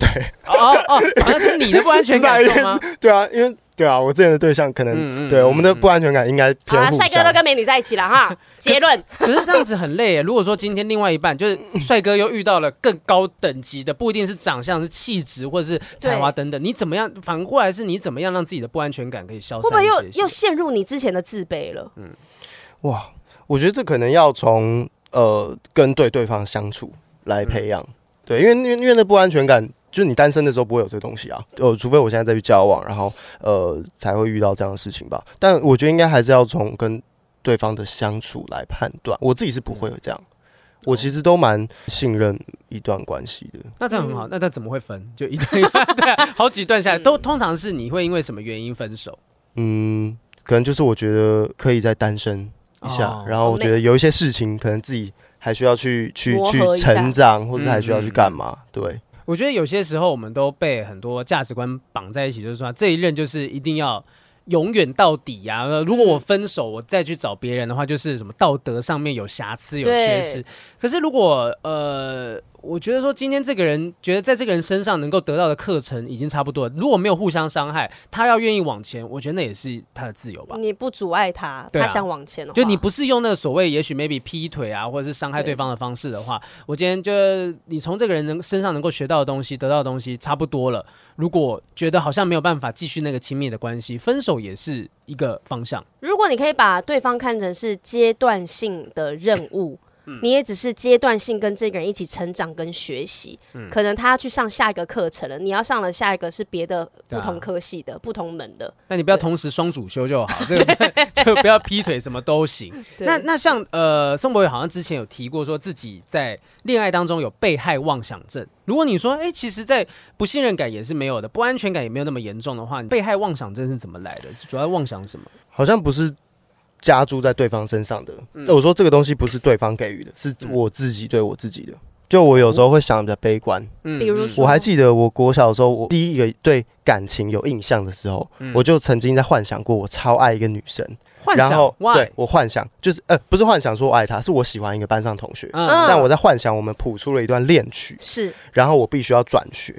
D: 哦哦哦，好像是你的不安全感 重吗？
B: 对啊，因为对啊，我之前的对象可能、
D: 嗯嗯
B: 对
D: 嗯
B: 我们的不安全感应该
C: 好
B: 偏
C: 啦，
B: 互
C: 帅哥都
B: 相。
C: 跟美女在一起了哈。结论，
D: 可是这样子很累耶。如果说今天另外一半就是
B: 嗯
D: 帅哥，又遇到了更高等级的，不一定是长相，是气质或者是才华等等，你怎么样？反过来是你怎么样让自己的不安全感可以消
C: 会不
D: 散
C: 会
D: 一些
C: 又
D: 些？
C: 又陷入你之前的自卑了？
D: 嗯
B: 哇，我觉得这可能要从呃跟对对方相处来培养，对，因为因为因为那不安全感，就是你单身的时候不会有这东西啊，呃，除非我现在再去交往，然后呃才会遇到这样的事情吧。但我觉得应该还是要从跟对方的相处来判断，我自己是不会有这样。我其实都蛮信任一段关系的，
D: 那这样很好，那他怎么会分？就一段 对啊，好几段下来，都通常是你会因为什么原因分手？
B: 嗯，可能就是我觉得可以再单身一下，
D: 哦
B: 然后我觉得有一些事情可能自己还需要去去
C: 磨合
B: 去
C: 一下
B: 成长，或者还需要去干嘛？对，
D: 我觉得有些时候我们都被很多价值观绑在一起，就是说这一任就是一定要永远到底呀、呃如果我分手，我再去找别人的话，就是什么道德上面有瑕疵、有缺失
C: 对。
D: 可是如果呃，我觉得说今天这个人觉得在这个人身上能够得到的课程已经差不多了，如果没有互相伤害，他要愿意往前，我觉得那也是他的自由吧。
C: 你不阻碍他，
D: 对啊
C: 他想往前的话，
D: 就你不是用那个所谓也许 maybe 劈腿啊，或者是伤害对
C: 对
D: 方的方式的话，我今天就你从这个人能身上能够学到的东西、得到的东西差不多了。如果觉得好像没有办法继续那个亲密的关系，分手也是一个方向。
C: 如果你可以把对方看成是阶段性的任务，
D: 嗯
C: 你也只是阶段性跟这个人一起成长跟学习。
D: 嗯
C: 可能他要去上下一个课程了，你要上了下一个是别的不
D: 对啊
C: 同科系的、不同门的。
D: 那你不要同时双主修 就好，这个 就不要劈腿，什么都行。
C: 对
D: 那那像呃，宋博宇好像之前有提过，说自己在恋爱当中有被害妄想症。如果你说，哎、其实，在不信任感也是没有的，不安全感也没有那么严重的话，你被害妄想症是怎么来的？是主要妄想什么？
B: 好像不是加注在对方身上的。我说这个东西不是对方给予的，是我自己对我自己的。就我有时候会想得比较悲观，
D: 嗯
C: 比如说
B: 我还记得我国小的时候，我第一个对感情有印象的时候，我就曾经在幻想过我超爱一个女生，
D: 幻
B: 然后
D: 想，
B: 对，我幻想就是呃不是幻想说我爱她，是我喜欢一个班上同学，
D: 嗯，
C: 嗯
B: 但我在幻想我们谱出了一段恋曲，
C: 是
B: 然后我必须要转学。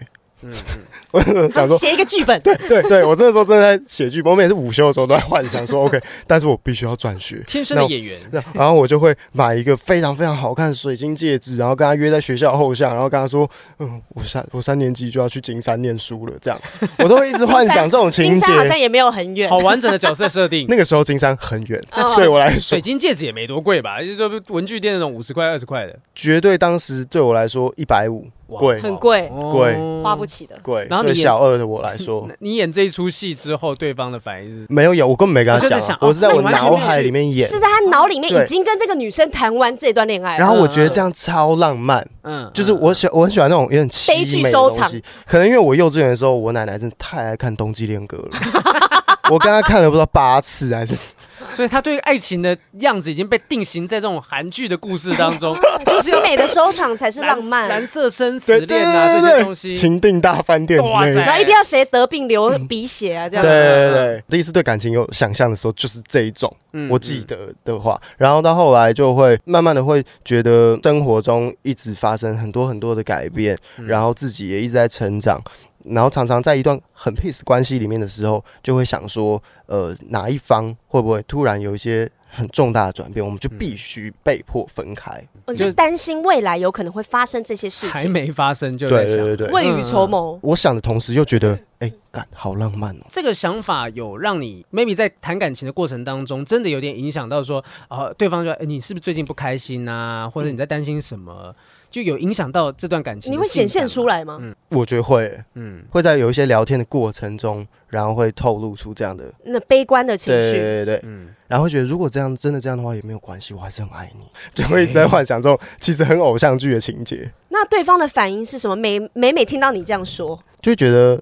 B: 我那时
D: 呃
B: 候想
C: 好
B: 说，
C: 写一个剧 本，
B: 对对，我那时候正在写剧本，我每次午休的时候都在幻想说 ，OK，但是我必须要转学。
D: 天生的演员，
B: 那然后我就会买一个非常非常好看的水晶戒指，然后跟他约在学校后巷，然后跟他说，嗯，我三我三年级就要去金山念书了，这样，我都会一直幻想这种情
C: 金
B: 节
C: 山。好像也没有很远
D: 好。完整的角色设定。
B: 那个时候金山很远
C: 那，
B: 对我来说
D: 水，晶戒指也没多贵吧，就是文具店那种五十块、二十块的，
B: 绝对当时对我来说一百五
D: 哇
B: 贵
C: 很贵
D: 哦
B: 贵
C: 花不。起的。
B: 贵，
D: 然后你
B: 对
D: 演
B: 小二的我来 说
D: 那你演这一出戏之后，对方的反应是
B: 没有演，我根本没跟
D: 我
B: 他
D: 就在
B: 讲啊
D: 想，
B: 我是在
D: 哦那
B: 我
D: 你完全没
B: 脑
D: 有
B: 海
D: 去
B: 里面演
C: 是，在他脑里面
B: 对
C: 已经跟这个女生谈完这段恋爱了，
B: 然后我觉得
D: 嗯
B: 这样超浪漫，
D: 嗯，
B: 就是我喜我很喜欢那种有点凄
C: 悲剧
B: 美的
C: 收
B: 东
C: 场
B: 西。可能因为我幼稚园的时候，我奶奶真的太爱看《冬季恋歌》了， 我跟她看了不知道八次还是。
D: 嗯，所以他对爱情的样子已经被定型在这种韩剧的故事当中，就是
C: 凄美的收场才是
D: 蓝
C: 浪漫。
D: 蓝色生死
B: 对对
D: 恋啊
B: 对对
D: 这些
B: 对
D: 东西。
B: 情定大饭店之
D: 哇
B: 类的。
D: 塞
C: 然后一定要谁得病流鼻血啊，这
B: 对
C: 样。
B: 对对，第一次对感情有想象的时候就是这一种，
D: 嗯
B: 我记得的话，然后到后来就会慢慢的会觉得生活中一直发生很多很多的改变，然后自己也一直在成长，然后常常在一段很 peace 的关系里面的时候，就会想说，呃，哪一方会不会突然有一些很重大的转变，我们就必须被迫分开。
C: 我
D: 就是
C: 就担心未来有可能会发生这些事
D: 还
C: 情，
D: 没发生就
B: 对
D: 在想
B: 对对对，
C: 未雨绸缪。
B: 我想的同时又觉得哎，干好浪漫哦。
D: 这个想法有让你 maybe 在谈感情的过程当中，真的有点影响到说，啊、对方说、哎你是不是最近不开心啊，
C: 嗯
D: 或者你在担心什么，就有影响到这段感情。
C: 你会显现出
D: 来，
C: 来吗？
B: 我觉得会
D: 嗯，
B: 会在有一些聊天的过程中，然后会透露出这样的
C: 那悲观的情
B: 对
C: 绪，
B: 对对，
D: 嗯
B: 嗯，然后会觉得如果这样真的这样的话也没有关系，我还是很 爱你，就会一直在幻想这种其实很偶像剧的情节，
C: 那对方的反应是什么？每每每听到你这样说，
B: 就会觉 得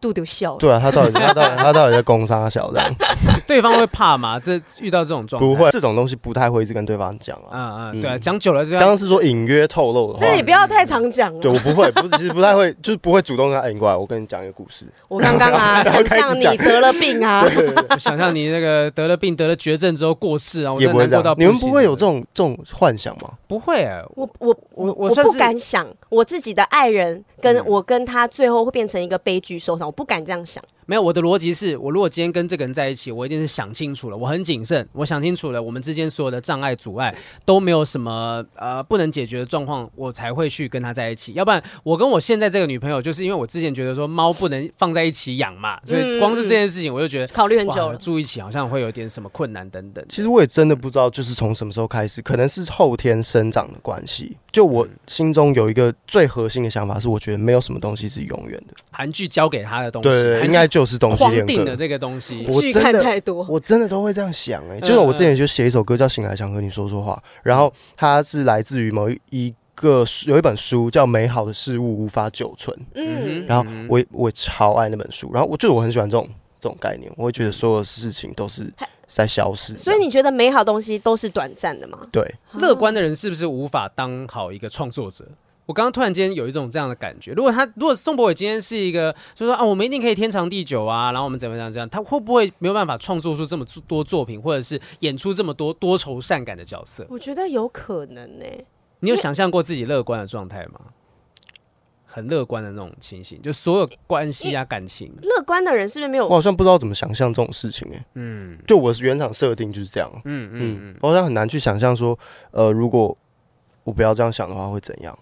C: 杜丢笑了。
B: 对啊，他到底他 到底他到底在攻杀小这 样，
D: 对方会怕吗？ 这遇到这种状态，
B: 不会这种东西不太会一直跟对方讲啊。
D: 嗯嗯，对啊，讲久了对
B: 刚
D: 啊，
B: 刚是说隐约透露的
C: 这也
B: 话，
C: 不要太常讲啊
B: 对我
C: 了。
B: 不会，不是其实不太会， 就是不会主动跟他引过来。我跟你讲一个故事，
C: 我刚刚 啊，
B: 然后
C: 想
B: 开始
C: 象
B: 讲
C: 你得了病啊，
D: 我想象你那个得了病、得了绝症之后过世啊，我
B: 也
D: 真
B: 不会
D: 的难
B: 这
D: 过到
B: 样。
D: 不
B: 你
D: 行
B: 们不会有这种这种幻想吗？
D: 不会、啊，
C: 我我
D: 我我
C: 我
D: 算
C: 不
D: 是
C: 敢想我自己的爱人
D: 嗯
C: 跟我跟他最后会变成一个悲剧收场，我不敢这样想。
D: 没有，我的逻辑是我如果今天跟这个人在一起，我一定是想清楚了，我很谨慎，我想清楚了，我们之间所有的障碍、阻碍都没有什么呃不能解决的状况，我才会去跟他在一起。要不然，我跟我现在这个女朋友，就是因为我之前觉得说猫不能放在一起养嘛， 所以光是这件事情，我就觉得。
C: 考虑很久
D: 哇，
C: 了，
D: 住一起好像会有点什么困难等等。
B: 其实我也真的不知道，就是从什么时候开始，可能是后天生长的关系。就我心中有一个最核心的想法是，我觉得没有什么东西是永远的，
D: 韩剧交给他的东西，
B: 对对，
D: 韩
B: 对
D: 剧
B: 应该就是东西
D: 框
B: 练
D: 定了
B: 歌。
D: 这个东西。
B: 我
C: 剧
B: 真
C: 看
B: 的
C: 太多，
B: 我真的都会这样想哎、就是我之前就写一首歌叫《醒来想和你说说话》，然后它是来自于某一个有一本书叫《美好的事物无法久存》，
C: 嗯，
B: 然后我我超爱那本书，然后我就是我很喜欢这种这种概念，我会觉得所有事情都是在消失的，
C: 所以你觉得美好东西都是短暂的吗？
B: 对
D: 乐观的人是不是无法当好一个创作者？我刚刚突然间有一种这样的感觉，如果他如果宋博伟今天是一个，就说啊，我们一定可以天长地久啊，然后我们怎么样怎么样，他会不会没有办法创作出这么多作品，或者是演出这么多多愁善感的角色？
C: 我觉得有可能欸呢、
D: 你有想象过自己乐观的状态吗？很乐观的那种情形，就所有关系啊、感情，
C: 乐观的人是不是没有
B: 我好像不知道怎么想象这种事情哎、
D: 嗯
B: 就我是原厂设定就是这样，
D: 嗯嗯
B: 嗯，我好像很难去想象说，呃，如果我不要这样想的话会怎样？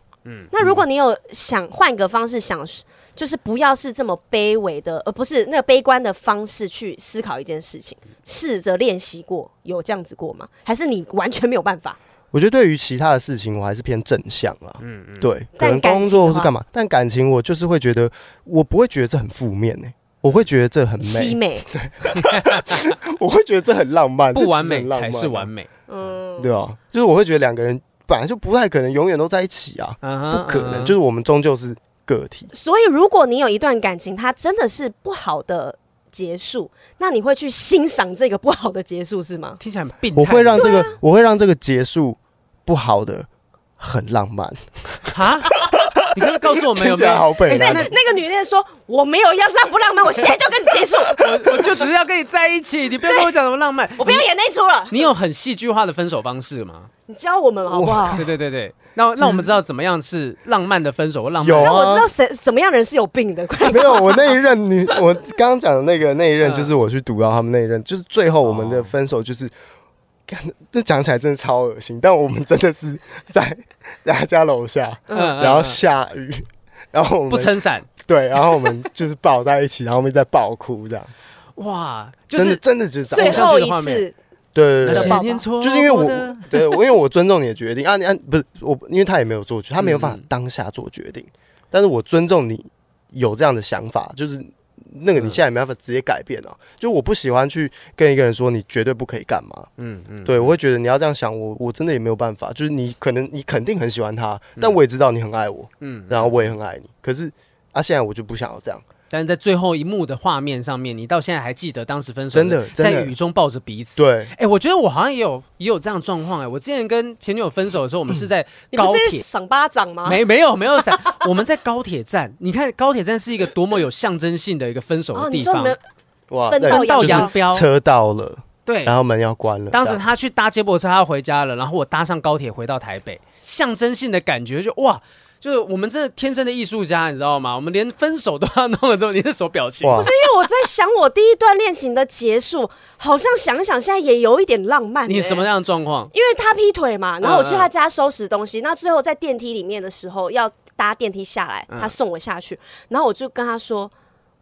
C: 那如果你有想换个方式想，就是不要是这么卑微的，而不是那个悲观的方式去思考一件事情，试着练习过，有这样子过吗？还是你完全没有办法？
B: 我觉得对于其他的事情，我还是偏正向啦。嗯嗯，对，可
C: 但
B: 能
C: 感
B: 工
C: 情
B: 作
C: 的
B: 或是
C: 话
B: 干嘛，但感情我就是会觉得，我不会觉得这很负面呢、我会觉得这很 美，
C: 凄美，
B: 我会觉得这很浪漫，
D: 嗯不完
B: 这其实
D: 美
B: 很浪
D: 才
B: 漫啊
D: 是完，美，
C: 嗯，
B: 对啊，就是我会觉得两个人本来就不太可能永远都在一起啊，
D: 嗯哼
B: 不可
D: 嗯
B: 能，
D: 哼
B: 就是我们终究是个体。
C: 所以如果你有一段感情，它真的是不好的结束，那你会去欣赏这个不好的结束是吗？
D: 听起来很病态。
B: 我会让这个，我会让这个结束不好的很浪漫，
D: 啊， 你刚刚告诉我们
B: 听
D: 有
B: 起
D: 没有哎
B: 来？好北
C: 哎那
B: 南啊
C: 那那个女的说：“我没有要浪不浪漫，我现在就跟你结 束，
D: 我我就只是要跟你在一起，你不要跟我讲什么浪漫。
C: 我不要演那一出了。
D: 你有很戏剧化的分手方式吗？
C: 你教我们好不好
D: 对对对对，那那我们知道怎么样是浪漫的分手或浪漫
B: 有
D: 的。
C: 让我知
B: 啊
C: 道。谁什么样人是有病的。快
B: 没有，我
D: 啊
B: 那一任女，我刚刚讲的那个那一任，就是我去读到他们那一任，就是最后我们的分手就是，干这讲起来真的超恶心，但我们真的是在在他家楼下，
D: 嗯，嗯
B: 然后
D: 嗯
B: 下雨，然后我
D: 不
B: 们
D: 撑伞，
B: 对，然后我们就是抱在一起，然后我们在爆哭这样，
D: 哇，就
B: 真的
D: 是
B: 真的就是这
C: 最
B: 样，
C: 后
D: 偶像剧的
C: 一
D: 画
C: 次
D: 面，
B: 对
D: 那
B: 对对
D: 些
B: 对。
C: 抱
D: 天错，
B: 就是因为我，对我，因为我尊重你的决定啊，你啊，不是我，因为他也没有做决，他
D: 嗯
B: 没有办法当下做决定，但是我尊重你有这样的想法，就是那个你
D: 嗯
B: 现在也没办法直接改变啊，就我不喜欢去跟一个人说你绝对不可以干嘛，
D: 嗯嗯，
B: 对我会觉得你要这样想，我我真的也没有办法，就是你可能你肯定很喜欢他，但我也知道你很爱我，
D: 嗯嗯
B: 嗯，然后我也很爱你，可是啊，现在我就不想要这样，
D: 但是在最后一幕的画面上面，你到现在还记得当时分手，
B: 真的真的
D: 在雨中抱着彼此。，
B: 对，
D: 哎，我觉得我好像也有也有这样的状况哎，我之前跟前女友分手的时候，我
B: 嗯
D: 们是在
C: 你
D: 高
C: 不是
D: 铁
C: 赏巴掌吗？
D: 没没有没有伞，我们在高铁站，你看高铁站是一个多么有象征性的一个分手
C: 哦，
D: 的
C: 你
D: 地
C: 说你
D: 方，
C: 们
B: 哇，
C: 分
B: 对
C: 道
D: 到
C: 就是
D: 扬镳，哎
B: 车到了，
D: 对。
B: 然后门要关了，
D: 当时
B: 这样
D: 他去搭接驳车，他要回家了，然后我搭上高铁回到台北，象征性的感觉就哇，就是我们这天生的艺术家，你知道吗？我们连分手都要弄了之后，你这手表情，
B: 哇
C: 不是，因为我在想我第一段恋情的结束，好像想想现在也有一点浪漫、欸
D: 你什么？样的状况？
C: 因为他劈腿嘛，然后我去
D: 嗯嗯
C: 他家收拾东西，那最后在嗯电梯里面的时候要搭电梯下来，他送我下去，然后我就跟他说。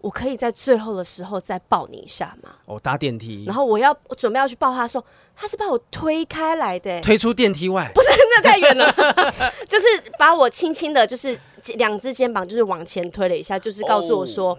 C: 我可以在最后的时候再抱你一下吗？
D: 哦，搭电梯，
C: 然后我要我准备要去抱他的时候，他是把我推开来的、欸，
D: 推出电梯外，
C: 不是那太远 了，就是把我轻轻的，就是两只肩膀就是往前推了一下，就是告诉我
D: 哦
C: 说。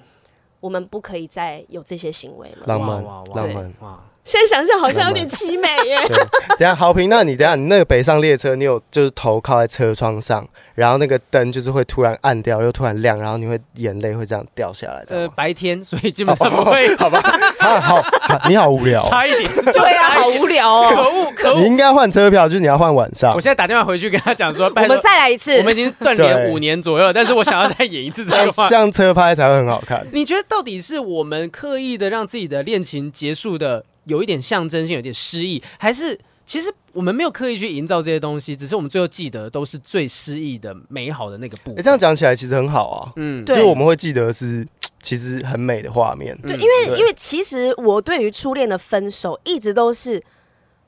C: 我们不可以再有这些行为了。
B: 浪漫
D: 哇哇哇
B: 浪漫。
D: 哇，
C: 现在想想好像有点凄美 耶。
B: 对，等一下好评，那你等一下你那个北上列车，你有就是头靠在车窗上，然后那个灯就是会突然暗掉，又突然亮，然后你会眼泪会这样掉下来，这
D: 呃，
B: 样吗？哦
D: 白天，所以 基本上不 会
B: 好吧，啊好，好你好无聊哦，
D: 呃 差一点，
C: 对啊，好无聊
D: 可
C: 哦。
D: 恶可
B: 你
D: 恶！
B: 应该换车票，就是你要换晚上
D: 我。现在打电话回去跟他讲说，
C: 我
D: 拜托
C: 们，再来一次
D: 我。们已经断
B: 对
D: 联五年左右了，但是我想要再演一次
B: 这
D: 这
B: 样
D: 个话
B: 这。样车拍才会很好看。
D: 你觉得到底是我们刻意的让自己的恋情结束的有一点象征性，有点诗意，还是其实我们没有刻意去营造这些东西，只是我们最后记得都是最诗意的、美好的那个部分？
B: 哎、这样，讲起来其实很好啊，
D: 嗯，
B: 就
C: 对
B: 是我们会记得是其实很美的画面。
C: 对，
D: 嗯
C: 因为
B: 对
C: 因为其实我对于初恋的分手一直都是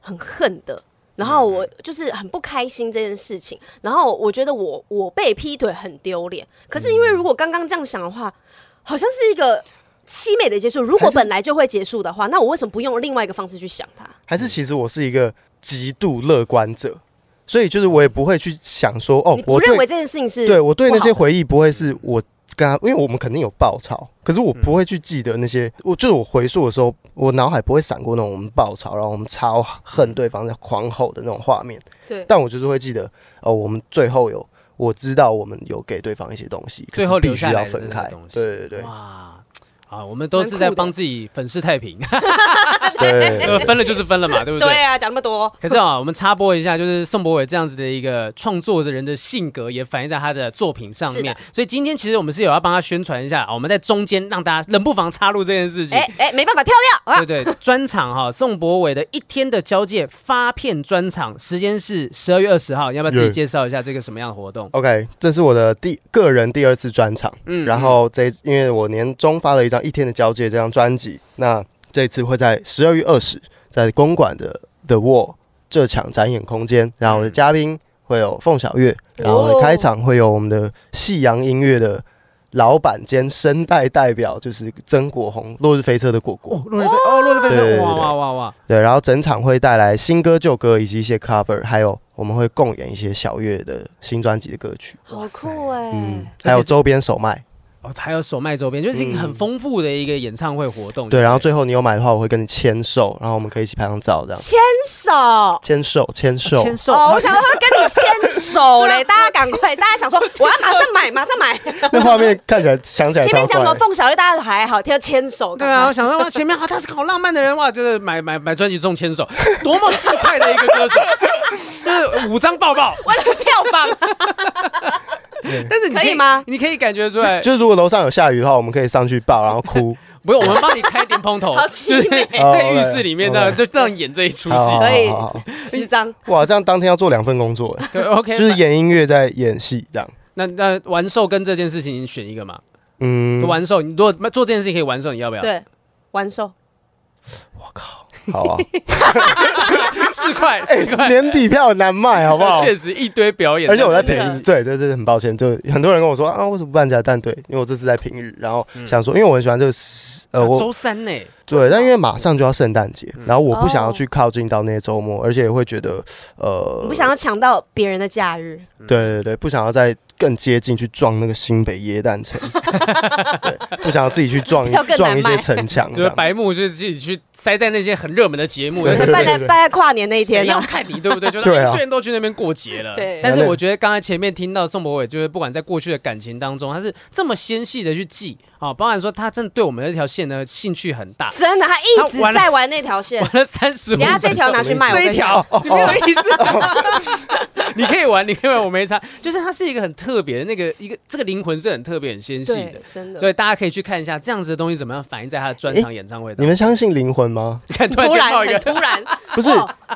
C: 很恨的，然后
B: 嗯
C: 我就是很不开心这件事情，然后我觉得我我被劈腿很丢脸。可
B: 嗯
C: 是因为如果刚刚这样想的话，好像是一个凄美的结束。如
B: 还
C: 果
B: 是
C: 本来就会结束的话，那我为什么不用另外一个方式去想它？
B: 还是其实我是一个极度乐观者，所以就是我也不会去想说哦
C: 你，不
B: 我
C: 认为
B: 对
C: 这件事情是
B: 对我对那些
C: 不好的
B: 回忆不会是我跟他，因为我们肯定有爆吵，可是我
C: 嗯
B: 不会去记得那些。我就是我回溯的时候，我脑海不会闪过那种我们爆吵，然后我们超恨对方在狂吼的那种画面。
C: 对
B: 但我就是会记得，哦，我们最后有我知道我们有给对方一些东西，可
D: 最
B: 是
D: 后留
B: 必须
D: 下来
B: 要
D: 的
B: 分
D: 那个
B: 开
D: 东。西
B: 对对
C: 哦
B: 对
D: 哇。啊，我们都是
C: 蛮
D: 在
C: 酷的
D: 帮自己粉饰太平，
B: 对
D: 呃，分了就是分了嘛，对不对？
C: 对啊，讲那么多，
D: 可是啊，我们插播一下，就是宋博伟这样子的一个创作人的性格，也反映在他的作品上面
C: 是。
D: 所以今天其实我们是有要帮他宣传一下，啊我们在中间让大家冷不防插入这件事情。
C: 哎哎，没办法跳掉啊！
D: 对对，专场哈，宋博伟的一天的交界发片专场，时间是十二月二十号，你要不要自己
B: Yeah
D: 介绍一下这个什么样的活动？
B: OK，这是我的第个人第二次专场，
D: 嗯
B: 然后这因为我年终发了一张《一天的交界》这张专辑，那这次会在十二月二十在公馆的 The Wall 这场展演空间，然后我的嘉宾会有凤小岳，然后我
D: 哦
B: 的开场会有我们的夕阳音乐的老板兼声带代表，就是曾国宏，《落日飞车》的果果。
D: 哦，落日飞哦，落日飞
B: 对对
D: 车，
B: 对
D: 哇哇哇哇！
B: 对，然后整场会带来新歌、旧歌以及一些 cover，还有我们会共演一些小月的新专辑的歌曲，
C: 好酷哎
B: 嗯！，还
D: 而
B: 有
D: 且
B: 周边首卖。
D: 哦，还有手卖周边，就是一个很丰富的一个演唱会活
B: 嗯
D: 动。
B: 对，然后
D: 不
B: 最后你有买的话，我会跟你签售，然后我们可以一起拍张照，这样
C: 牵手。
B: 签售签售。
D: 签售，
C: 哦，我想说他跟 你牵手
D: 啊
C: 嘞，大家赶快，大家想说我要马上买，马上 买。
B: 那画面看起来想起来
C: 前
B: 超
C: 面讲什么
B: 快。
C: 凤小岳，大家都还好，听到牵手。
D: 对啊，我，想说 哇，前面好，他是个好浪漫的人哇，就是买买买专辑送牵手， 多么市侩的一个歌手， 就是五张抱抱，
C: 为了票 房，
D: 但是你
C: 可以吗
D: 你可以感觉出 来，
B: 就是如果楼上有下雨的话，我们可以上去抱，然后哭。
D: 不用我们帮你开莲蓬 头，
C: 好
D: 就
C: 凄
D: 是
C: 美
D: 在浴室里面
B: 哦
D: 这样
B: ，OK，
D: 就这样演这一出
B: 好好
D: 戏，
B: 好
C: 可以
B: 好好
C: 十张。
B: 哇，这样当天要做两份工 作，哎
D: 对，OK，
B: 就是
D: 那
B: 演音乐再演戏这样。
D: 那那玩兽跟这件事情你选一个嘛，
B: 嗯，
D: 玩兽，你如果做这件事情可以玩兽，你要不要？，
C: 对，完售。
D: 呃
B: 好啊，
D: 四块四块，
B: 哎年底票很难卖，好不好？
D: 确实一堆表演，
B: 而且我在
D: 但
B: 平
D: 是
B: 日，对对对，很抱歉，就很多人跟我说啊，为什么不办假蛋？对，因为我这次在平日，然后想说，因为我很喜欢这个时，呃，我
D: 周三呢，
B: 对，但因为马上就要圣诞节，
D: 嗯
B: 然后我不想要
C: 哦
B: 去靠近到那些周末，而且会觉得，呃，
C: 你不想要抢到别人的假日，
D: 嗯
B: 对对对，不想要再更接近去撞那个新北耶诞 城，对，不想要自己去撞
C: 票更
B: 撞
C: 难
B: 一些
C: 卖
B: 城墙
D: 就
B: 这
D: 是
B: 样，
D: 白木就是自己去塞在那些很热门的节目，
B: 对
D: 就是
C: 办在办在跨年那一天
D: 谁要
C: 呢？
D: 看你 对不对？就是
B: 对啊
D: 一堆人都去那边过节了。
C: 对
D: 但是我觉得刚才前面听到宋博伟，就是不管在过去的感情当中，他是这么纤细的去记啊，包含说他真的对我们这条线呢兴趣很 大，
C: 真的，他一直
D: 他玩了
C: 在玩那条线
D: 玩。了三十五
C: 等一下这条拿去哎卖，我
D: 这
C: 跟
D: 一
C: 你讲
D: 条，你没有意思。你可以玩，你可以玩，我没差。就是它是一个很特别的那个一个，这个灵魂是很特别、很纤细的
C: 对，，真的。
D: 所以大家可以去看一下这样子的东西怎么样反映在他的专场演唱会
B: 你
D: 当中。
B: 们相信灵魂吗？
D: 你看，突然
C: 突
D: 间
C: 然
D: 冒一
C: 很
D: 个，
C: 突 然，
B: 不是，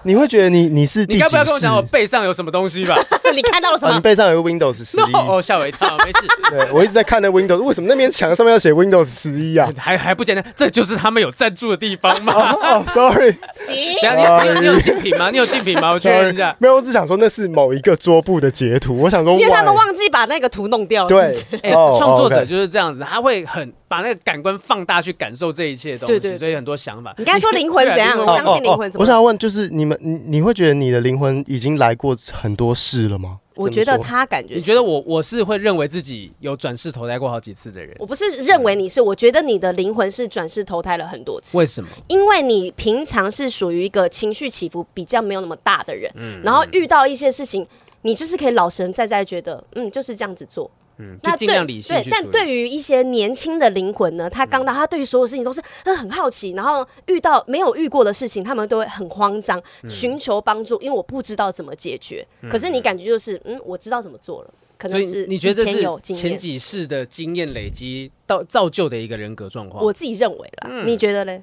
B: 你会觉得你你是
D: 你
B: 第
D: 该
B: 几
D: 不要跟我
B: 世
D: 讲我？背上有什么 东西吧？
C: 你看到了什
B: 啊，你
C: 么？
B: 背上有个 Windows 十
D: No，
B: 一。
D: 哦，吓我一跳，没事。
B: 对，我一直在看那 Windows，为什么那面墙上面要写 Windows 十一啊？
D: 还还不简单，这就是他们有赞助的地方
B: 哦
D: 吗？
B: 哦，sorry，
C: 行，
D: 怎样？你有你有你有竞品吗？你有竞品吗？我 确认一下
B: sorry，。没有，我只想说那是某一个桌布的截图，我想说，
C: 因为他们
B: why？
C: 忘记把那个图弄掉了。是不是
B: 对，
D: 哎，
B: 哦
D: 创作
B: 哦
D: 者
B: ，OK
D: 就是这样子，他会很把那个感官放大去感受这一切东西，
C: 对对对
D: 所以很多想法。
C: 你刚才说灵魂
D: 对啊
C: 怎样
D: 灵
C: 我
D: 魂
C: 相
B: 哦
C: 信灵魂怎么
B: 我想要问，就是你们，你你会觉得你的灵魂已经来过很多世了吗？
C: 我觉得
B: 他
C: 他感觉，
D: 你觉得？我我是会认为自己有转世投胎过好几次的人，
C: 我不是认为你是，我觉得你的灵魂是转世投胎了很多次，
D: 为什么？
C: 因为你平常是属于一个情绪起伏比较没有那么大的人，
D: 嗯
C: 然后遇到一些事情，你就是可以老神在在觉得，嗯，就是这样子做。
D: 嗯，就
C: 那
D: 尽
C: 对
D: 量理性
C: 对，
D: 去
C: 但
D: 处理。嗯
C: 对于一些年轻的灵魂呢，他刚到，他对于所有事情都是嗯很好奇，然后遇到没有遇过的事情，他们都会很慌张，
D: 嗯
C: 寻求帮助，因为我不知道怎么解决。可是你感觉就是，嗯，我知道怎么做了，可
D: 所
C: 能
D: 以
C: 是
D: 你觉得
C: 以
D: 这
C: 前有
D: 是
C: 经
D: 前
C: 验。
D: 几世的经验累积到造就的一个人格状况？
C: 我自己认为啦，
D: 嗯
C: 你觉得嘞？
B: 哦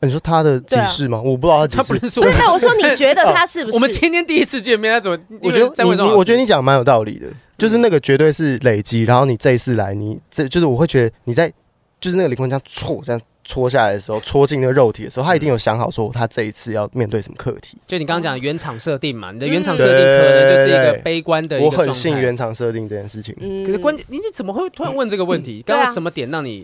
B: 你说他的几世
C: 啊
B: 吗？我不知道
D: 他
B: 他几
D: 不
B: 世。
D: 认识我
C: 不是，，但我说 你觉得他是不是？
D: 哦我们今天第一次见面，他怎么？
B: 我觉得
D: 在
B: 你
D: 问这
B: 你，
D: 种嗯老师
B: 我觉得你讲得蛮有道理的，就是那个绝对是累积，然后你这一次来，你这就是我会觉得你在就是那个灵魂这样戳这样戳下来的时候，戳进那个肉体的时候，他一定有想好说他这一次要面对什么课题。
D: 就你刚刚讲的原厂设定嘛，你的原厂设定可能就是一个悲观的一
B: 我
D: 个状态。
B: 很信原厂设定这件事情，
C: 嗯
D: 可是关键，你你怎么会突然问这个问
B: 嗯
D: 题？刚
C: 对
D: 刚
C: 啊
D: 什么点让你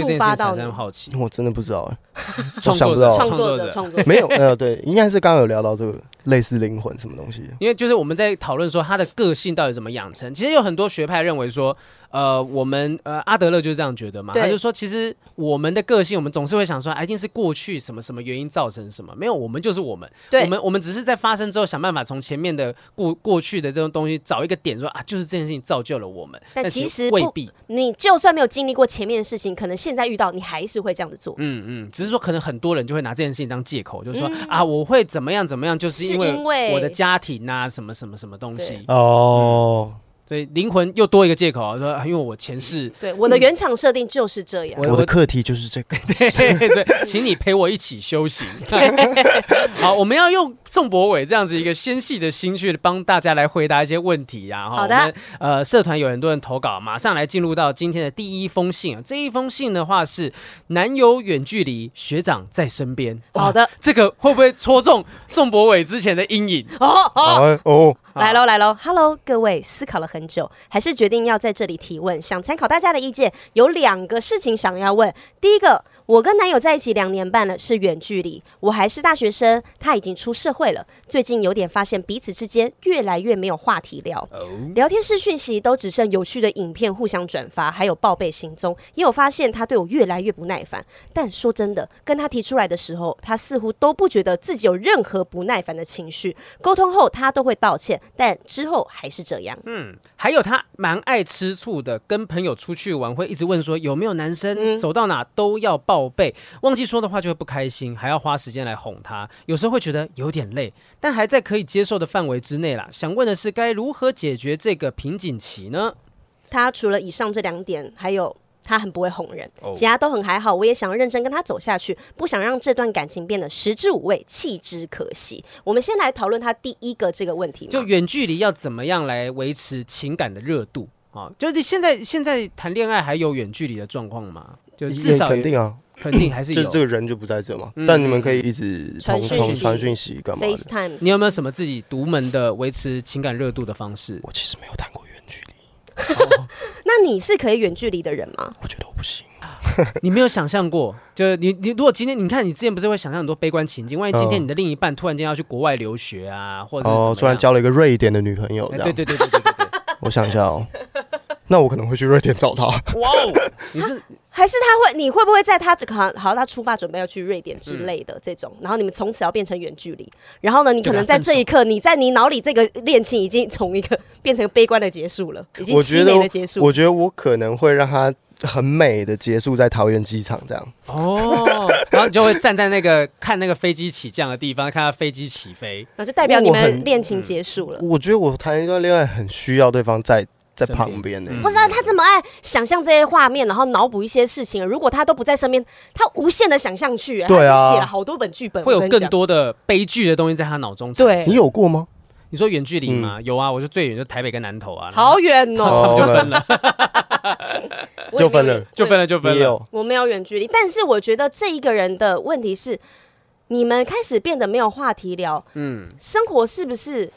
C: 触
D: 这件事
C: 发
D: 情
C: 到
D: 产
C: 你
D: 生好奇？
B: 我真的不知道哎、
D: 创
B: 想
D: 作
B: 不到
D: 者，
C: 创作
D: 作
C: 者创作者
B: 没有呃对，应该是刚刚有聊到这个类似灵魂什么东西，
D: 因为就是我们在讨论说他的个性到底怎么养成，其实有很多学派认为说，呃，我们呃阿德勒就是这样觉得嘛，
C: 对
D: 他就说其实我们的个性，我们总是会想说，哎，一定是过去什么什么原因造成什么，没有，我们就是我们，
C: 对
D: 我们我们只是在发生之后想办法从前面的过过去的这种东西找一个点说啊，就是这件事情造就了我们，
C: 但其实不
D: 未必，
C: 你就算没有经历过前面的事情，可能现在遇到你还是会这样子做，
D: 嗯嗯，只是说可能很多人就会拿这件事情当借口，就是说、啊，我会怎么样怎么样，就是
C: 嗯是
D: 因为
C: 因为
D: 我的家庭啊，什么什么什么东西
C: 对，
B: 哦，
D: 所以灵魂又多一个借口啊，说啊因为我前世。
C: 对，我的原厂设定就是这样。
B: 我的课题就是这 个，
D: 对，所以请你陪我一起修 行。 好，我们要用宋博伟这样子一个纤细的心去帮大家来回答一些问题呀、哈
C: 好的
D: 我们呃，社团有很多人投稿，马上来进入到今天的第一封信啊。这一封信的话是男友远距离，学长在身边。哇
C: 好的，
D: 这个会不会戳中宋博伟之前的阴影？
C: 哦哦，
B: 哦哦，
C: 来喽来喽，Hello，各位，思考了很久，还是决定要在这里提问，想参考大家的意见。有两个事情想要问，第一个，我跟男友在一起两年半了，是远距离，我还是大学生，他已经出社会了。最近有点发现彼此之间越来越没有话题聊，聊天室讯息都只剩有趣的影片互相转发，还有报备行踪。也有发现他对我越来越不耐烦，但说真的，跟他提出来的时候，他似乎都不觉得自己有任何不耐烦的情绪。沟通后，他都会道歉，但之后还是这样。
D: 嗯还有他蛮爱吃醋的，跟朋友出去玩会一直问说有没有男生，走到哪都要报备，忘记说的话就会不开心，还要花时间来哄他，有时候会觉得有点累，但还在可以接受的范围之内啦。想问的是，该如何解决这个瓶颈期呢？
C: 他除了以上这两点，还有。他很不会哄人，
D: 哦
C: 其他都很还好。我也想要认真跟他走下去，不想让这段感情变得食之无味，弃之可惜。我们先来讨论他第一个这个问题嘛，
D: 就远距离要怎么样来维持情感的热度啊？就是现在现在谈恋爱还有远距离的状况吗？就至少
B: 肯定啊，
D: 肯定还是
B: 就是
D: 有
B: 这。个人就不在这嘛，
D: 嗯
B: 但你们可以一直
C: 传
B: 同
C: 讯
B: 同
C: 息
B: 传讯息干嘛的？
C: FaceTime
D: 你有没有什么自己独门的维持情感热度的方式？
B: 我其实没有谈过远距离，
C: 那你是可以远距离的人吗？
B: 我觉得我不行。
D: 你没有想象过，就是你你如果今天你看你之前不是会想象很多悲观情境，万一今天
B: 嗯
D: 你的另一半突然间要去国外留学啊，或者是
B: 哦，
D: 怎
B: 突
D: 么样
B: 然交了一个瑞典的女朋友，
D: 哎
B: 这
D: 对
B: 样，
D: 对对对对对对，
B: 我想一下哦， 那我可能会去瑞典找她。
D: 哇 哦，你是
C: 还是他会？你会不会在他好好他出发准备要去瑞典之类的这种，然后你们从此要变成远距离，然后呢，你可能在这一刻，你在你脑里这个恋情已经从一个变成悲观的结束了，已经
B: 我觉得
C: 凄美
B: 我
C: 的结，束
B: 我。觉得我可能会让她很美的结束在桃园机场这样。
D: 哦，然后你就会站在那个看那个飞机起降的地方，看它飞机起飞，
C: 那就代表你
B: 我
C: 们
B: 很嗯
C: 恋情结束了。
B: 我觉得我谈一段恋爱很需要对方在在
D: 身边
B: 旁边呢、
D: 嗯
C: 不是啊，他这么爱想象这些画面，然后脑补一些事情。如果他都不在身边，他无限的想象去，哎
B: 对啊
C: 他就写了好多本剧本，
D: 会有
C: 我跟你
D: 更
C: 讲。
D: 多的悲剧的东西在他脑中。
C: 对
B: 你有过吗？
D: 你说远距离吗？有啊，我就最远就台北跟南投啊，然后
C: 好远哦，
D: 他们就
B: 哦
D: 分了，
C: 我也没有
B: 就分了
C: 远
D: 就分了，就分
B: 你
D: 了。
B: 有？
C: 我没有远距离，但是我觉得这一个人的问题是，你们开始变得没有话题聊，嗯，生活是不是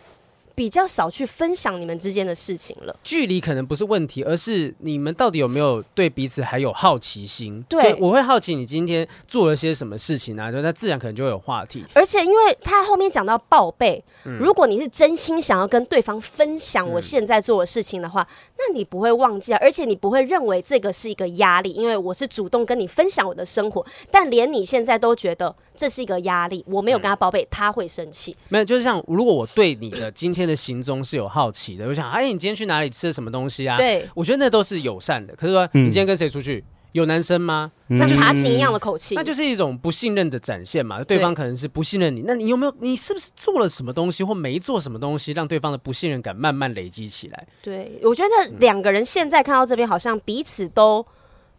C: 比较少去分享你们之间的事情了。
D: 距离可能不是问题，而是你们到底有没有对彼此还有好奇心？
C: 对
D: 就我会好奇你今天做了些什么事情啊，就那自然可能就会有话题。
C: 而且，因为他后面讲到报备，
D: 嗯
C: 如果你是真心想要跟对方分享我现在做的事情的话，那你不会忘记啊，而且你不会认为这个是一个压力，因为我是主动跟你分享我的生活，但连你现在都觉得这是一个压力，我没有跟
D: 嗯
C: 他报备，他会生气。
D: 没有，就是像如果我对你的今天的行踪是有好奇的，我想，哎，你今天去哪里吃了什么东西啊？，
C: 对，
D: 我觉得那都是友善的。可是说，你今天跟谁出去？有男生吗？
C: 像查情一样的口气，
D: 那就是一种不信任的展现嘛。对方可能是不信任你，那你有没有？你是不是做了什么东西或没做什么东西，让对方的不信任感慢慢累积起来？
C: 对，我觉
B: 嗯
C: 得两个人现在看到这边，好像彼此都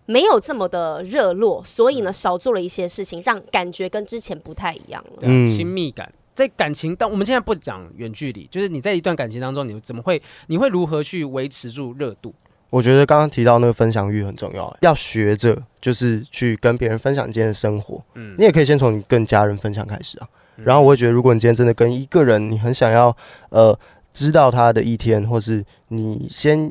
C: 没有这么的热络，所
B: 嗯
C: 以呢，少做了一些事情，让感觉跟之前不太一样了。
D: 对啊
B: 嗯
D: 亲、密感。在感情当，我们现在不讲远距离，就是你在一段感情当中，你怎么会，你会如何去维持住热度？
B: 我觉得刚刚提到那个分享欲很重要，要学着就是去跟别人分享你今天的生活。嗯，你也可以先从你跟家人分享开始啊。然后我会觉得，如果你今天真的跟一个人，你很想要呃知道他的一天，或是你先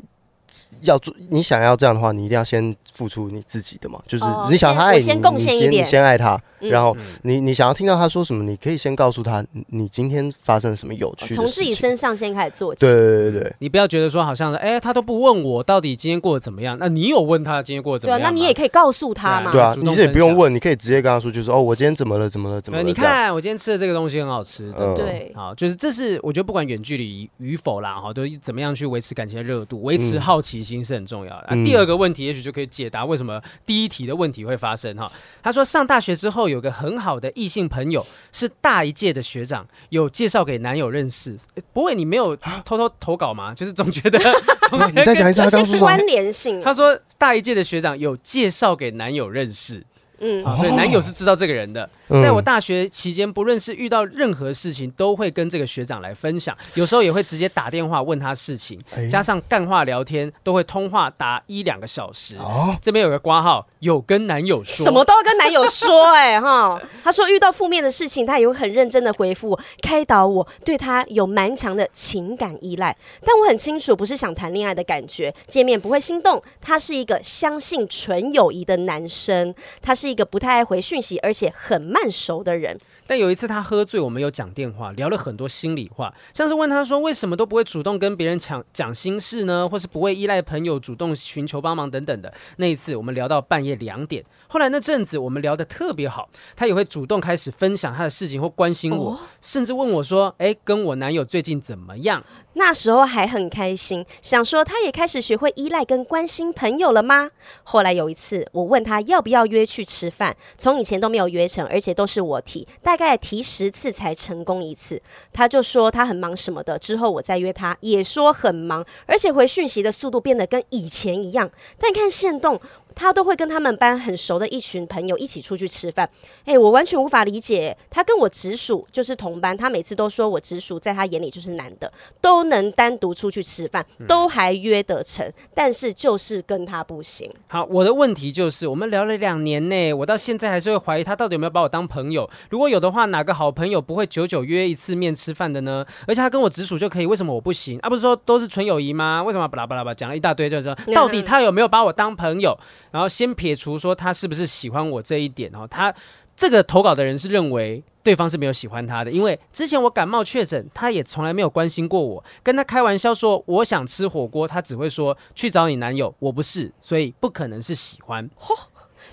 B: 要做，你想要这样的话，你一定要先付出你自己的嘛。就是
C: 哦
B: 你想他爱你，
C: 先我先贡献一
B: 你先
C: 点
B: 你先爱他，
C: 嗯
B: 然后你你想要听到他说什么，你可以先告诉他你你今天发生了什么有趣的事情。
C: 哦从自己身上先开始做起
B: 对。对对对。
D: 你不要觉得说好像是，哎、他都不问我到底今天过得怎么样，那你有问他今天过得怎
C: 对
D: 么
C: 啊，
D: 样吗？
C: 那你也可以告诉他嘛。
B: 对啊，
D: 主动
B: 你也
D: 分
B: 不用
D: 享
B: 问，你可以直接跟他说，就是哦，我今天怎么了，怎么了，怎么
D: 对，
B: 了。
D: 你
B: 这样，
D: 看我今天吃的这个东西很好吃，对
B: 嗯
D: 不对？
C: 对
D: 好，就是这是我觉得不管远距离与否啦，哈，都怎么样去维持感情的热度，维持好奇心是很重要的。啊
B: 嗯
D: 第二个问题也许就可以解答为什么第一题的问题会发生哈。他说上大学之后有个很好的异性朋友，是大一届的学长，有介绍给男友认识。诶不会，你没有偷偷投稿吗？就是总觉得 总觉得
B: 你再讲一次他
C: 有
B: 刚说
C: 些
B: 什么
C: 关？联性，啊
D: 他说大一届的学长有介绍给男友认识。
C: 嗯，
D: 啊，所以男友是知道这个人的。
B: 嗯
D: 在我大学期间，不论是遇到任何事情，都会跟这个学长来分享，有时候也会直接打电话问他事情，
B: 哎
D: 加上干话聊天，都会通话打一两个小时。
B: 哦，
D: 这边有个挂号，有跟男友说
C: 什么？都要跟男友说，哎哈。他说遇到负面的事情，他也会很认真的回复我，开导我，对他有蛮强的情感依赖。但我很清楚，不是想谈恋爱的感觉，见面不会心动。他是一个相信纯友谊的男生，他是一个不太爱回讯息，而且很慢熟的人。
D: 但有一次他喝醉，我们有讲电话，聊了很多心里话，像是问他说为什么都不会主动跟别人讲讲心事呢，或是不会依赖朋友主动寻求帮忙等等的。那一次我们聊到半夜两点，后来那阵子我们聊得特别好，他也会主动开始分享他的事情或关心我，甚至问我说：“哎，跟我男友最近怎么样
C: 那时候还很开心，想说他也开始学会依赖跟关心朋友了吗？后来有一次，我问他要不要约去吃饭，从以前都没有约成，而且都是我提，大概提十次才成功一次。他就说他很忙什么的，之后我再约他，也说很忙，而且回讯息的速度变得跟以前一样。但看线动，他都会跟他们班很熟的一群朋友一起出去吃饭。哎，我完全无法理解，他跟我直属就是同班，他每次都说我直属在他眼里就是男的，都能单独出去吃饭，都还约得成，但是就是跟他不行。？”
D: 好，我的问题就是，我们聊了两年呢，我到现在还是会怀疑他到底有没有把我当朋友。如果有的话，哪个好朋友不会久久约一次面吃饭的呢？而且他跟我直属就可以，为什么我不行？啊，不是说都是纯友谊吗？为什么巴拉巴拉巴拉讲了一大堆，就是说到底他有没有把我当朋友？然后先撇除说他是不是喜欢我这一点哦，他这个投稿的人是认为对方是没有喜欢他的，因为之前我感冒确诊，他也从来没有关心过我。跟他开玩笑说我想吃火锅，他只会说去找你男友，我不是，所以不可能是喜欢。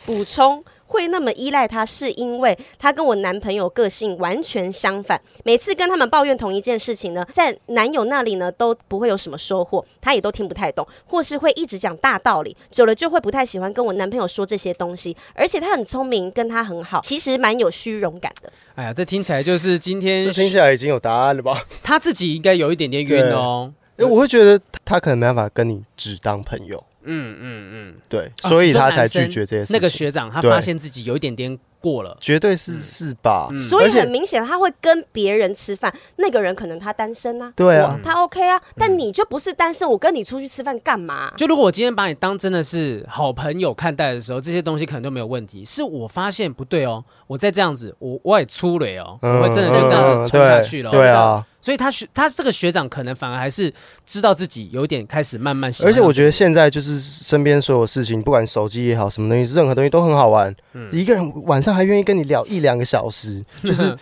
C: 补充。会那么依赖他，是因为他跟我男朋友个性完全相反。每次跟他们抱怨同一件事情呢，在男友那里呢都不会有什么收获，他也都听不太懂，或是会一直讲大道理，久了就会不太喜欢跟我男朋友说这些东西。而且他很聪明，跟他很好，其实蛮有虚荣感的。
D: 哎呀，这听起来就是今
B: 这
D: 天
B: 听起来已经有答案了 吧？
D: 他自己应该有一点点晕哦。
B: 因为我会觉得他可能没办法跟你只当朋友，
D: 嗯嗯
B: 对，
D: 嗯，
B: 所以
D: 啊
B: 他
D: 你
B: 才
D: 说男生
B: 拒绝这些事情。
D: 那个嗯学长他
B: 对
D: 发现自己有一点点过了。
B: 绝对是是吧？
C: 所
B: 嗯而
C: 以
B: 且
C: 很明显，他会跟别人吃饭，那个人可能他单身啊，
B: 对啊
C: 我他 OK 啊，但你就不是单身，我跟你出去吃饭干嘛？啊
D: 就如果我今天把你当真的是好朋友看待的时候，这些东西可能都没有问题。是我发现不对哦，我再这样子，我我也出雷哦，我会真的就这样子
B: 对
D: 撑下去了哦。
B: 嗯对啊，
D: 所以他学他这个学长可能反而还是知道自己有点开始慢慢喜欢
B: 而且
D: 上
B: 我觉得现在就是身边所有事情，不管手机也好，什么东西，任何东西都很好玩。一个人晚上还愿意跟你聊一两个小时，就是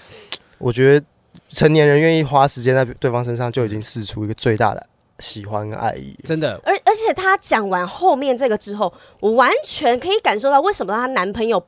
B: 我觉得成年人愿意花时间在对方身上，就已经试出一个最大的喜欢跟爱意。
D: 真的
C: 而而且她讲完后面这个之后，我完全可以感受到为什么她男朋友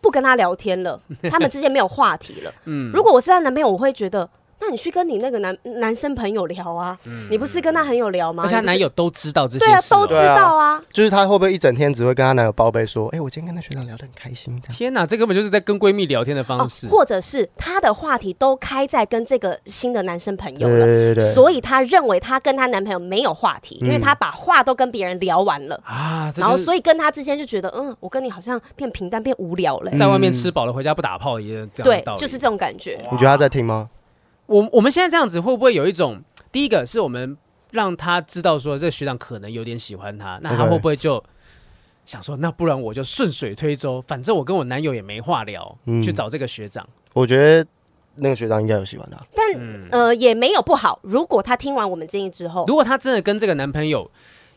C: 不跟她聊天了，他们之间没有话题了。嗯，如果我是她男朋友，我会觉得，那你去跟你那个男男生朋友聊啊，你不是跟他很有聊吗？
D: 而且她
C: 你不是
D: 男友都知道这些
C: 对啊，
D: 事哦、
C: 都知道啊。
B: 就是她会不会一整天只会跟她男友报备说：“哎、我今天跟那学长聊得很开心。”这样
D: 天哪，这根本就是在跟闺蜜聊天的
C: 哦
D: 啊方式。，
C: 或者是她的话题都开在跟这个新的男生朋友
B: 对
C: 了，
B: 对对对，
C: 所以她认为她跟她男朋友没有话题，因为
B: 嗯
C: 她把话都跟别人聊完了。
D: 啊，这
C: 然后，
D: 就是
C: 所以跟他之间就觉得，嗯，我跟你好像变平淡、变无聊了、
D: 在外
B: 嗯
D: 面吃饱了回家不打炮也有这样的
C: 对
D: 道，理。
C: 就是这种感觉。
B: 你觉得她在听吗？
D: 我我们现在这样子会不会有一种，第一个是我们让他知道说这个学长可能有点喜欢他，那他
B: OK
D: 会不会就想说，那不然我就顺水推舟，反正我跟我男友也没话聊，
B: 嗯
D: 去找这个学长。
B: 我觉得那个学长应该有喜欢她。
C: 但、
D: 嗯
C: 呃，也没有不好。如果他听完我们建议之后，
D: 如果他真的跟这个男朋友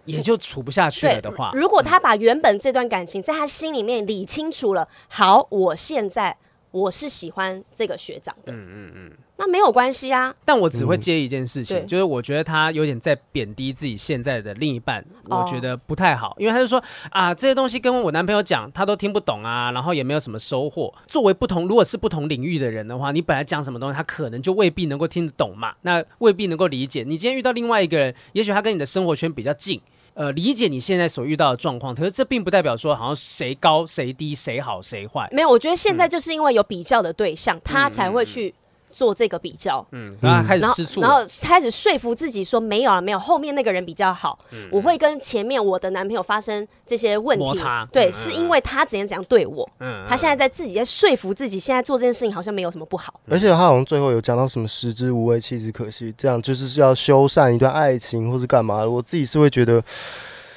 D: 也就处不下去
C: 对
D: 了的话，
C: 如果他把原本这段感情在他心里面理清楚了，好，我现在我是喜欢这个学长的，嗯嗯嗯，那没有关系啊。
D: 但我只会介意一件事情，
C: 对
D: 就是我觉得他有点在贬低自己现在的另一半，
C: 哦
D: 我觉得不太好，因为他就说啊，这些东西跟我男朋友讲，他都听不懂啊，然后也没有什么收获。作为不同，如果是不同领域的人的话，你本来讲什么东西，他可能就未必能够听得懂嘛，那未必能够理解。你今天遇到另外一个人，也许他跟你的生活圈比较近。呃，理解你现在所遇到的状况，可是这并不代表说好像谁高谁低，谁好谁坏。
C: 没有，我觉得现在就是因为有比较的对象，他才会去做这个比较。
D: 嗯，然后他开始
C: 然后
D: 吃醋了，
C: 然后开始说服自己说没有啊，没有，后面那个人比较好。我会跟前面我的男朋友发生这些问题，
D: 嗯摩擦
C: 对，
D: 嗯
C: 是因为他怎样怎样对我。
D: 嗯
C: 他现在在自己在说服自己，现在做这件事情好像没有什么不好。
B: 而且他好像最后有讲到什么“食之无味，弃之可惜”，这样就是要修缮一段爱情或是干嘛的。我自己是会觉得，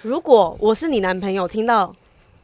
C: 如果我是你男朋友，听到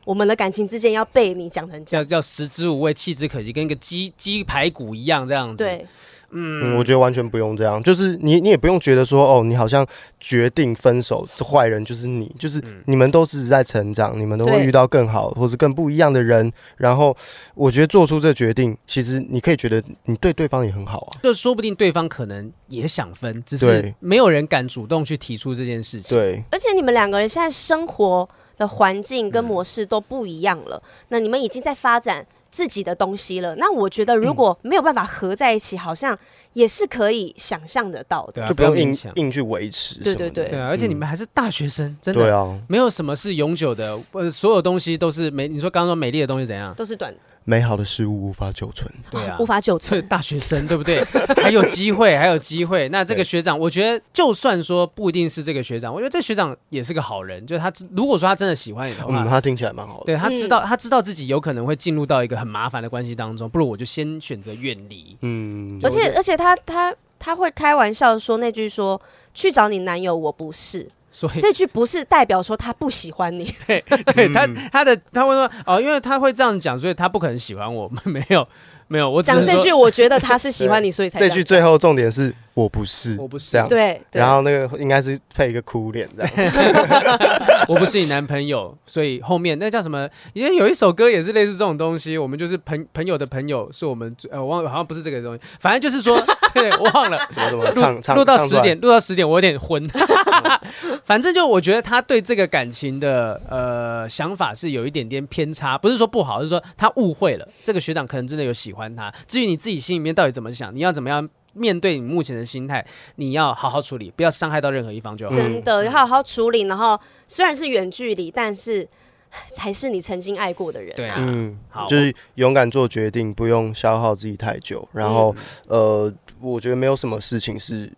C: 我们的感情之间要被你讲成这样，
D: 叫叫食之无味，弃之可惜，跟一个鸡鸡排骨一样这样子。，
C: 对，
B: 嗯，我觉得完全不用这样，就是你你也不用觉得说哦，你好像决定分手，这坏人就是你，就是
D: 嗯
B: 你们都是在成长，你们都会
C: 对
B: 遇到更好或是更不一样的人。然后我觉得做出这决定，其实你可以觉得你对对方也很好啊。
D: 就说不定对方可能也想分，只是
B: 对
D: 没有人敢主动去提出这件事情。，
B: 对，
C: 而且你们两个人现在生活的环境
D: 嗯
C: 跟模式都不一样了，那你们已经在发展自己的东西了。那我觉得如果没有办法合在一起，好像也是可以想象得到的。
D: 对啊，
B: 就
D: 不
B: 不
D: 要
B: 用
D: 勉
B: 硬
D: 强。
B: 硬去维持什
C: 对
B: 么的。嗯
C: 对
D: 对啊，而且你们还是大学生，真
B: 对
D: 的
B: 啊，
D: 没有什么是永久的。呃，所有东西都是美。你说刚刚说美丽的东西怎样？
C: 都是短，
B: 美好的事物无法久存。
D: 对啊
C: 无。法久
D: 所以
C: 存。
D: 大学生对不对？还有机会，还有机会。那这个
B: 对
D: 学长，我觉得就算说不一定是这个学长，我觉得这学长也是个好人。就是他知，如果说他真的喜欢你的话，
B: 嗯，他听起来蛮好的。
D: 对他知
C: 嗯
D: 道，他知道自己有可能会进入到一个很麻烦的关系当中，不如我就先选择远离。
B: 嗯，
C: 而且而且他他他会开玩笑说那句说去找你男友，我不是。
D: 所以，
C: 这句不是代表说他不喜欢你，
D: 对他他的他会说哦，因为他会这样讲，所以他不可能喜欢我。 没有没有，我只
C: 讲
D: 是
C: 这句
D: 说
C: 我觉得他是喜 欢你，所以才
B: 这
C: 样
B: 句最后重点是我不是，
D: 我不是
B: 这样。
C: 对。对
B: 然后那个应该是配一个哭脸这样。
D: 我不是你男朋友，所以后面那叫什么？因为有一首歌也是类似这种东西，我们就是朋朋友的朋友，是我们最呃，我忘了好像不是这个东西，反正就是说， 对我忘了。
B: 什么什么唱唱
D: 录到
B: 唱出
D: 十
B: 来
D: 点，录到十点，我有点昏。 反正就我觉得他对这个感情的呃想法是有一点点偏差，不是说不好，是说他误会了。这个学长可能真的有喜欢他。至于你自己心里面到底怎么想，你要怎么样面对你目前的心态，你要好好处理，不要伤害到任何一方就好。
C: 真的好好处理。然后虽然是远距离，但是唉才是你曾经爱过的人、
D: 对
C: 啊，
D: 啊
B: 嗯
D: 好，
B: 就是勇敢做决定，不用消耗自己太久。然后，
D: 嗯
B: 呃，我觉得没有什么事情是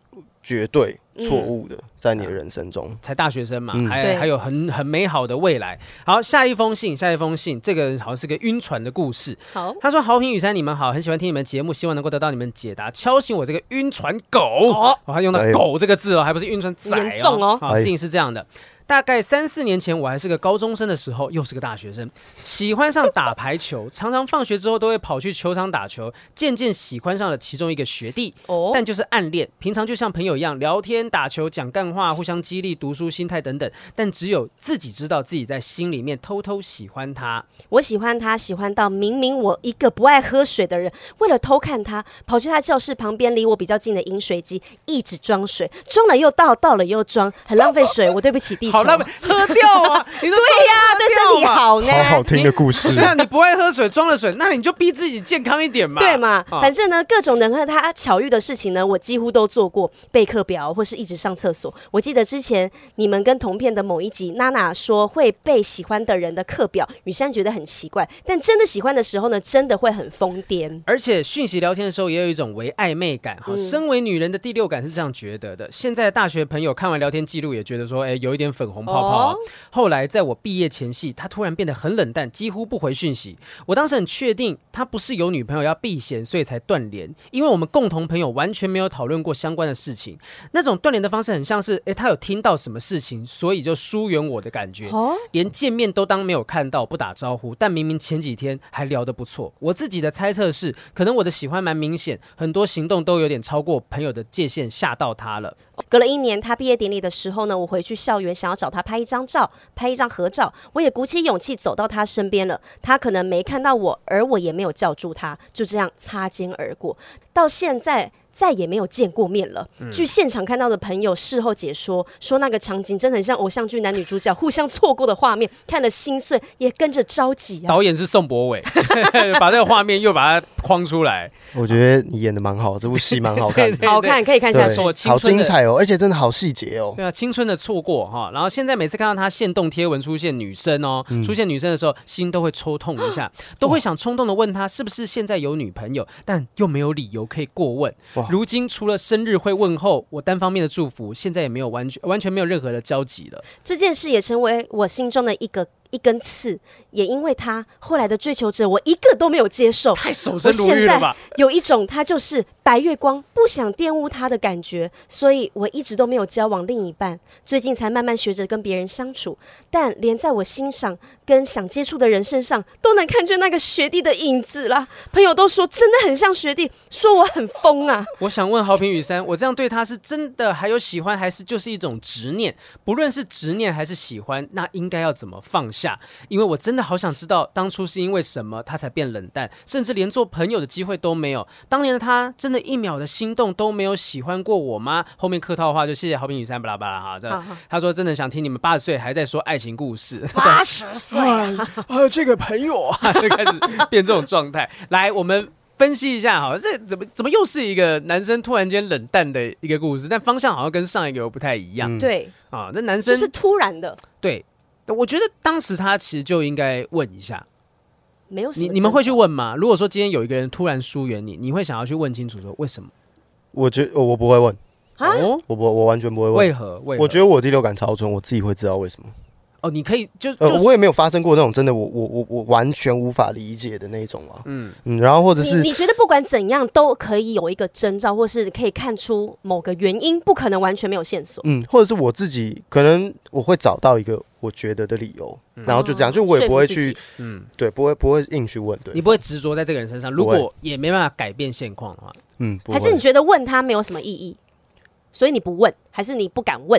B: 绝对错误
D: 嗯
B: 的，在你的人生中。
D: 才大学生嘛，
B: 嗯
D: 还
C: 对
D: 还有很很美好的未来。好，下一封信，下一封信，这个人好像是个晕船的故事。
C: 好。
D: 他说：“豪平雨山，你们好，很喜欢听你们节目，希望能够得到你们解答，敲醒我这个晕船狗。哦，他用到
B: 哎
D: “
B: 呦
D: 狗”这个字哦，还不是晕船仔哦。
C: 严重哦
D: 好，
B: 哎
D: 事情是这样的，大概三四年前，我还是个高中生的时候，又是个大学生，喜欢上打排球，常常放学之后都会跑去球场打球，渐渐喜欢上了其中一个学弟，
C: 哦，
D: 但就是暗恋。平常就像朋友一样聊天、打球、讲干话、互相激励、读书、心态等等，但只有自己知道自己在心里面偷偷喜欢他。
C: 我喜欢他，喜欢到明明我一个不爱喝水的人，为了偷看他，跑去他教室旁边离我比较近的饮水机，一直装水，装了又倒，倒了又装，很浪费水。我对不起地球。
D: 好，那
C: 对
D: 喝掉 啊！你都
C: 呀、对啊身体好 呢。
B: 好好听的故事。
D: 那你不 爱喝水，装了水，那你就逼自己健康一点嘛。
C: 对嘛？
D: 啊
C: 反正呢，各种能和他巧遇的事情呢，我几乎都做过，备课表或是一直上厕所。我记得之前你们跟同片的某一集，娜娜说会背喜欢的人的课表，雨珊觉得很奇怪，但真的喜欢的时候呢，真的会很疯癫。
D: 而且讯息聊天的时候也有一种为暧昧感
C: 嗯
D: 哈。身为女人的第六感是这样觉得的。现在的大学朋友看完聊天记录也觉得说，哎，有一点粉红泡泡啊、
C: 哦
D: 后来在我毕业前夕，他突然变得很冷淡，几乎不回讯息。我当时很确定他不是有女朋友要避嫌，所以才断联。因为我们共同朋友完全没有讨论过相关的事情，那种断联的方式很像是，哎，他有听到什么事情，所以就疏远我的感觉。
C: 哦，
D: 连见面都当没有看到，不打招呼。但明明前几天还聊得不错。我自己的猜测是，可能我的喜欢蛮明显，很多行动都有点超过朋友的界限，吓到他了。
C: 隔了一年，他毕业典礼的时候呢，我回去校园想要找他拍一张照，拍一张合照。我也鼓起勇气走到他身边了，他可能没看到我，而我也没有叫住他，就这样擦肩而过。到现在。再也没有见过面了。
D: 嗯
C: 据现场看到的朋友事后解说，说那个场景真的很像偶像剧男女主角互相错过的画面，看了心碎，也跟着着急啊。
D: 导演是宋博伟， 把这个画面又把它框出来，
B: 我觉得你演的蛮好，这部戏蛮好看的，
D: 对
C: 好看，可以看下去。
B: 对，
D: 错青春
B: 好
D: 的
B: 精彩哦，而且真的好细节哦。
D: 对啊，青春的错过哈。然后现在每次看到他现动贴文出现女生哦，
B: 嗯
D: 出现女生的时候，心都会抽痛一 下，都会想冲动的问他是不是现在有女朋友，但又没有理由可以过问
B: 哇。
D: 如今除了生日会问候，我单方面的祝福，现在也没有完全完全没有任何的交集了。
C: 这件事也成为我心中的一个一根刺，也因为他后来的追求者，我一个都没有接受。
D: 太守身
C: 我
D: 如玉
C: 现
D: 了
C: 在
D: 吧？
C: 有一种他就是白月光，不想玷污他的感觉，所以我一直都没有交往另一半。最近才慢慢学着跟别人相处，但连在我欣赏跟想接触的人身上，都能看见那个学弟的影子啦。朋友都说真的很像学弟，说我很疯啊。
D: 我想问豪平雨山，我这样对他是真的还有喜欢，还是就是一种执念？不论是执念还是喜欢，那应该要怎么放下？因为我真的好想知道，当初是因为什么他才变冷淡，甚至连做朋友的机会都没有。当年的他真的一秒的心动都没有喜欢过我吗？后面客套话就谢谢豪平雨山，巴拉巴拉哈。
C: 好
D: 这
C: 好
D: 他说真的想听你们八十岁还在说爱情故事，
C: 八十岁
D: 啊，这个朋友啊， 就开始变这种状态。 来，我们分析一下哈，这怎么怎么又是一个男生突然间冷淡的一个故事，但方向好像跟上一个又不太一样、
B: 嗯
C: 对，
D: 啊。这男
C: 就
D: 生、
C: 是突然的，
D: 对，我觉得当时他其实就应该问一下，
C: 没有什么
D: 你你们会
C: 征
D: 去问吗？如果说今天有一个人突然疏远你，你会想要去问清楚说为什么？
B: 我觉我我不会问，
C: 啊
D: 哦，
B: 我不我完全不会
D: 为
B: 问。
D: 何？为何？
B: 我觉
D: 得
B: 得我第六感超准，我自己会知道为什么。
D: 哦，你可以就就
B: 呃，
D: 是、
B: 我也没有发生过那种真的我我我我完全无法理解的那一种啊。
D: 嗯
B: 嗯然后或者是
C: 你你觉得不管怎样都可以有一个征兆，或是可以看出某个原因，不可能完全没有线索。
B: 嗯，或者是我自己可能我会找到一个我觉得的理由，然后就这样，就我也不会
C: 哦说服自
B: 去
C: 己，
D: 嗯，
B: 对，不会不会硬去问，
D: 你
B: 对，
D: 不会执着在这个人身上，如
B: 不会
D: 果也没办法改变现况的话，
B: 嗯，不
C: 还是你
B: 会。
C: 觉得问他没有什么意义，所以你不问，还是你不敢问？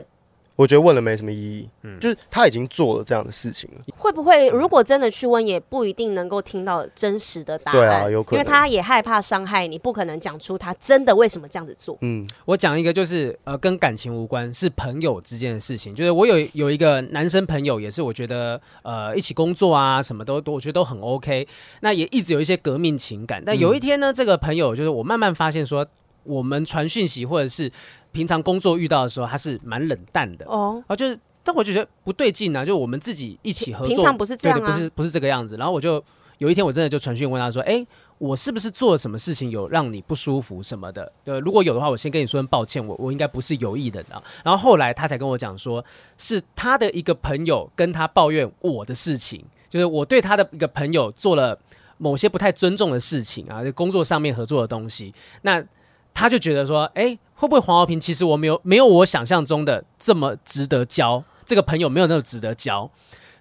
B: 我觉得问了没什么意义，
D: 嗯
B: 就是他已经做了这样的事情了，
C: 会不会如果真的去问，也不一定能够听到真实的答案？
B: 对啊有可能
C: 因为他也害怕伤害你，不可能讲出他真的为什么这样子做。
B: 嗯，
D: 我讲一个就是呃跟感情无关，是朋友之间的事情。就是我有有一个男生朋友，也是我觉得呃一起工作啊什么都都我觉得都很 OK。那也一直有一些革命情感，但有一天呢，这个朋友就是我慢慢发现说，我们传讯息或者是平常工作遇到的时候，他是蛮冷淡的，
C: 哦，
D: 啊，就是，但我就觉得不对劲啊，就我们自己一起合作，
C: 平常不是这样啊
D: 对对不是不是这个样子。然后我就有一天我真的就传讯问他说，哎，我是不是做了什么事情有让你不舒服什么的？呃，如果有的话，我先跟你说声抱歉，我我应该不是有意的啊。然后后来他才跟我讲说，是他的一个朋友跟他抱怨我的事情，就是我对他的一个朋友做了某些不太尊重的事情啊，就工作上面合作的东西，那他就觉得说，哎、会不会黄豪平其实我没有没有我想象中的这么值得交？这个朋友没有那么值得交。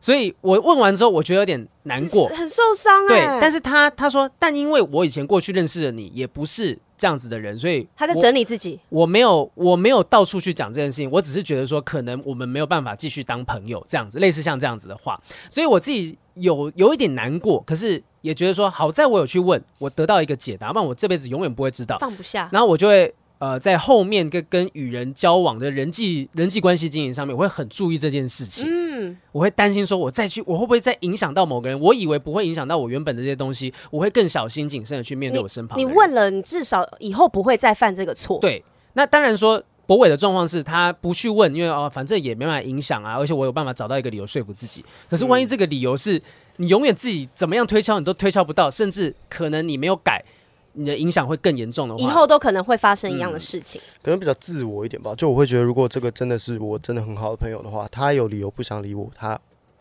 D: 所以我问完之后，我觉得有点难过，
C: 很受伤哎、
D: 对，但是他他说，但因为我以前过去认识的你也不是这样子的人，所以
C: 他在
D: 我
C: 整理自己，
D: 我没有我没有到处去讲这件事情，我只是觉得说，可能我们没有办法继续当朋友这样子，类似像这样子的话，所以我自己有有一点难过，可是也觉得说，好在我有去问，我得到一个解答，不然我这辈子永远不会知道。
C: 放不下。
D: 然后我就会呃，在后面跟跟与人交往的人际人际关系经营上面，我会很注意这件事情。
C: 嗯，
D: 我会担心说，我再去，我会不会再影响到某个人？我以为不会影响到我原本的这些东西，我会更小心谨慎的去面对我身旁的
C: 你
D: 人
C: 问了，你至少以后不会再犯这个错。，
D: 对，那当然说。博伟的状况是他不去问，因为哦，反正也没办法影响啊，而且我有办法找到一个理由说服自己。可是万
C: 嗯
D: 一这个理由是你永远自己怎么样推敲，你都推敲不到，甚至可能你没有改，你的影响会更严重的话，嗯
C: 以后都可能会发生一样的事情。
B: 可能比较自我一点吧。就我会觉得，如果这个真的是我真的很好的朋友的话，他有理由不想理我，他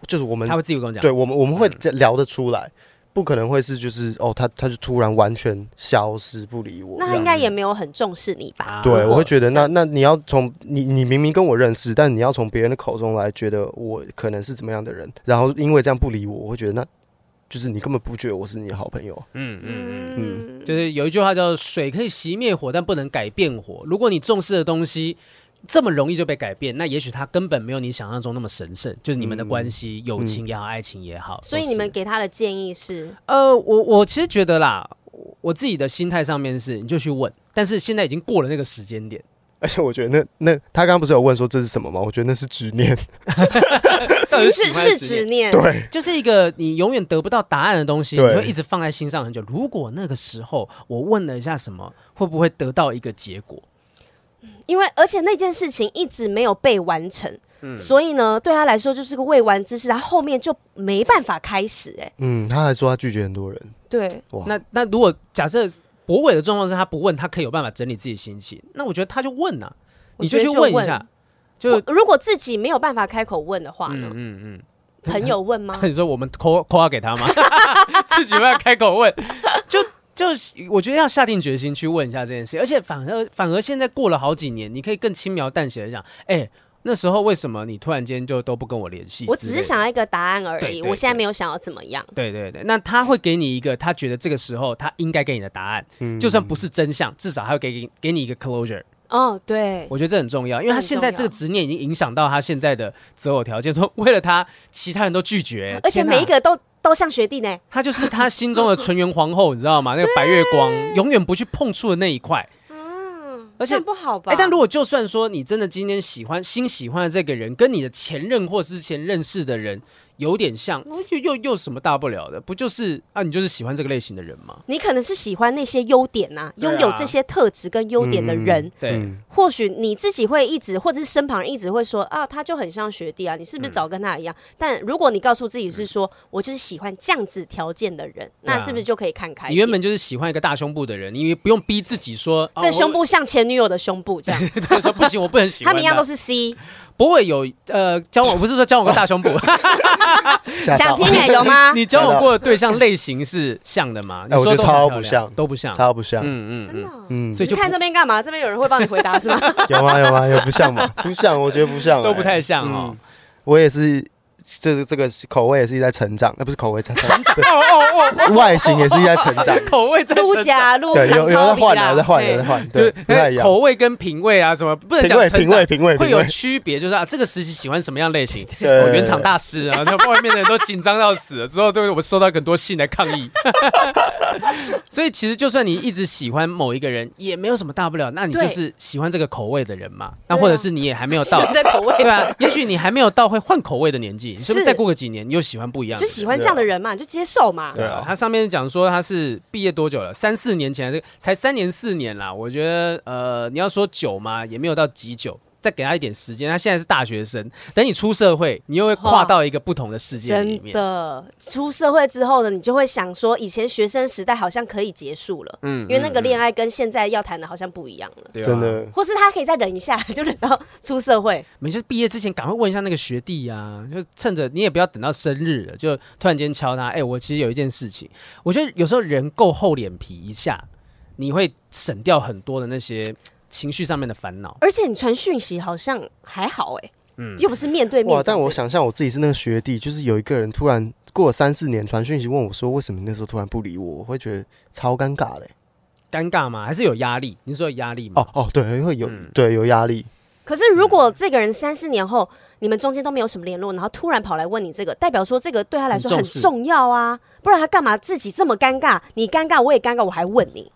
B: 就是我们
D: 他会自己跟我讲。
B: 对我们我们会
D: 嗯
B: 聊得出来，不可能会是就是哦，他他就突然完全消失不理我。
C: 那
B: 这
C: 他
B: 样
C: 应该也没有很重视你吧？
D: 啊
B: 对，我会觉得
C: 这
B: 那
C: 样
B: 那你要从你你明明跟我认识，但你要从别人的口中来觉得我可能是怎么样的人，然后因为这样不理我，我会觉得那就是你根本不觉得我是你的好朋友。
D: 嗯嗯嗯，
C: 嗯，
D: 就是有一句话叫“水可以熄灭火，但不能改变火”。如果你重视的东西这么容易就被改变，那也许它根本没有你想象中那么神圣。就是你们的关系，友情也好，爱情也好。
C: 嗯所以
D: 都
C: 你
D: 是
C: 们给他的建议是，
D: 呃，我我其实觉得啦，我我自己的心态上面是，你就去问。但是现在已经过了那个时间点，
B: 而且我觉得那那他刚刚不是有问说这是什么吗？我觉得那是执 念，
C: 是是执念，
B: 对，
D: 就是一个你永远得不到答案的东西，你
B: 对
D: 会一直放在心上很久。如果那个时候我问了一下什么，会不会得到一个结果？
C: 因为而且那件事情一直没有被完成，
D: 嗯
C: 所以呢，对他来说就是个未完之事，他后面就没办法开始。哎，
B: 嗯，他还说他拒绝很多人，
C: 对，
B: 哇，
D: 那那如果假设博伟的状况是他不问，他可以有办法整理自己心情，那我觉得他就问呐、
C: 我
D: 你
C: 觉
D: 就
C: 得
D: 去
C: 就
D: 问一
C: 问
D: 下，就
C: 我如果自己没有办法开口问的话
D: 嗯
C: 呢，
D: 嗯嗯。
C: 朋友问 吗？
D: 你说我们扣扣啊号给他吗？ 自己不要开 口问，就就我觉得要下定决心去问一下这件事，而且反而反而现在过了好几年，你可以更轻描淡写的讲，哎、那时候为什么你突然间就都不跟我联系之类的？
C: 我只是想要一个答案而
D: 欸对
C: 已，
D: 对
C: 我现在
D: 对
C: 没有想要怎么样。
D: 对对对，那他会给你一个他觉得这个时候他应该给你的答案，就算不是真相，至少他会给你给你一个 closure。
C: 哦，对，
D: 我觉得这很重要，因为他现在这个执念已经影响到他现在的择偶条件，说为了他，其他人都拒绝，
C: 而且
D: 天哪
C: 每一个都都像学弟呢。
D: 他就是他心中的纯元皇后，你知道吗？那个白月光永远不去碰触的那一块。而
C: 这
D: 且
C: 样嗯不好吧？
D: 哎，但如果就算说你真的今天喜欢新喜欢的这个人，跟你的前任或是前认识的人有点像，又又又有什么大不了的？不就是啊，你就是喜欢这个类型的人吗？
C: 你可能是喜欢那些优点呐、
D: 对啊嗯
C: 拥有这些特质跟优点的人，
D: 对，
C: 或许你自己会一直，或者是身旁人一直会说啊，他就很像学弟啊，你是
D: 嗯
C: 不是早跟他一样？但如果你告诉自己是说、我就是喜欢这样子条件的人，
D: 对啊
C: 那是不是就可以看开一
D: 你
C: 点？
D: 原本就是喜欢一个大胸部的人，你不用逼自己说
C: 在胸，
D: 哦
C: 部像前女友的胸部这样，
D: 我 对说不行，我不能喜
C: 他
D: 欢
C: 们一样都是 C，
D: 不会有呃交往，不是说交往过大胸部，
B: 吓
C: 想
B: 到
C: 听哎、有吗？
D: 你交往过的对 象类型是像的吗？你
B: 哎我
D: 说
B: 觉得
D: 都很
B: 超
D: 漂
B: 不
D: 亮
B: 像
D: 都不 像。
B: 超不像，
D: 嗯嗯
C: 真的
D: 嗯，
C: 哦、
B: 嗯，
D: 所以
C: 你
D: 就
C: 看
D: 不
C: 这边干嘛？这边有人会帮你回答 是吗？
B: 有吗？有吗？有不像吗？不像，我觉得不像、
D: 都不
B: 哎
D: 太像哦。
B: 我也是，就是这个口味也是一直在成长，呃那、不是口味成长，
D: 哦哦
B: 对外形也是一直在成长
D: 哦，。口味真的
C: 陆家陆
B: 对，有有在
C: 朗高
B: 换，
C: 比啦
B: 有在换，
C: 对
B: 有在换，
D: 就
B: 对，不太一
D: 是哎
B: 样。
D: 口味跟品味啊，什么不能
B: 品
D: 讲
B: 味，
D: 成
B: 品
D: 长
B: 味，品味，
D: 会
B: 品
D: 有
B: 味。
D: 区别，就是啊，这个时期喜欢什么样类型？
B: 对
D: 我原厂大师啊，那外面的人都紧张到死了，之后对我们收到很多信来抗议。 所以其实就算你一直喜欢某一个人，也没有什么大不了，那你就
C: 对
D: 是喜欢这个口味的人嘛。那
C: 对啊
D: 或者是你也还没有到，
C: 选择口味
D: 对啊吧？也许你还没有到会换口味的年纪，你是不
C: 是
D: 是再过个几年你又喜欢不一样的
C: 就
D: 人？
C: 喜欢这样的人嘛，你就接受嘛。
B: 对啊，
D: 他上面讲说他是毕业多久了？三四年前，这个才三年四年啦。我觉得呃，你要说久嘛，也没有到极久。再给他一点时间，他现在是大学生，等你出社会，你又会跨到一个不同的世界里
C: 真
D: 面。
C: 的，出社会之后呢，你就会想说，以前学生时代好像可以结束了，嗯，因为那个恋爱跟现在要谈的好像不一样了，
D: 对啊
B: 真，的，
C: 或是他可以再忍一下，就忍到出社会，
D: 没事，毕业之前赶快问一下那个学弟啊，就趁着你也不要等到生日了，就突然间敲他。哎、我其实有一件事情，我觉得有时候人够厚脸皮一下，你会省掉很多的那些情绪上面的烦恼。
C: 而且你传讯息好像还好哎、
D: 嗯，
C: 又不是面对面讲这个。
B: 哇！但我想象我自己是那个学弟，就是有一个人突然过了三四年传讯息问我说，为什么你那时候突然不理我？我会觉得超尴尬嘞、
D: 尴尬吗？还是有压力？你说有压力吗？
B: 哦哦，对，会有、
D: 嗯
B: 对有压力，
C: 可是，如果这个人三四年后你们中间都没有什么联络，然后突然跑来问你这个，代表说这个对他来说
D: 很
C: 很
D: 重视
C: 重要啊，不然他干嘛自己这么尴尬？你尴尬，我也尴尬，我还问你，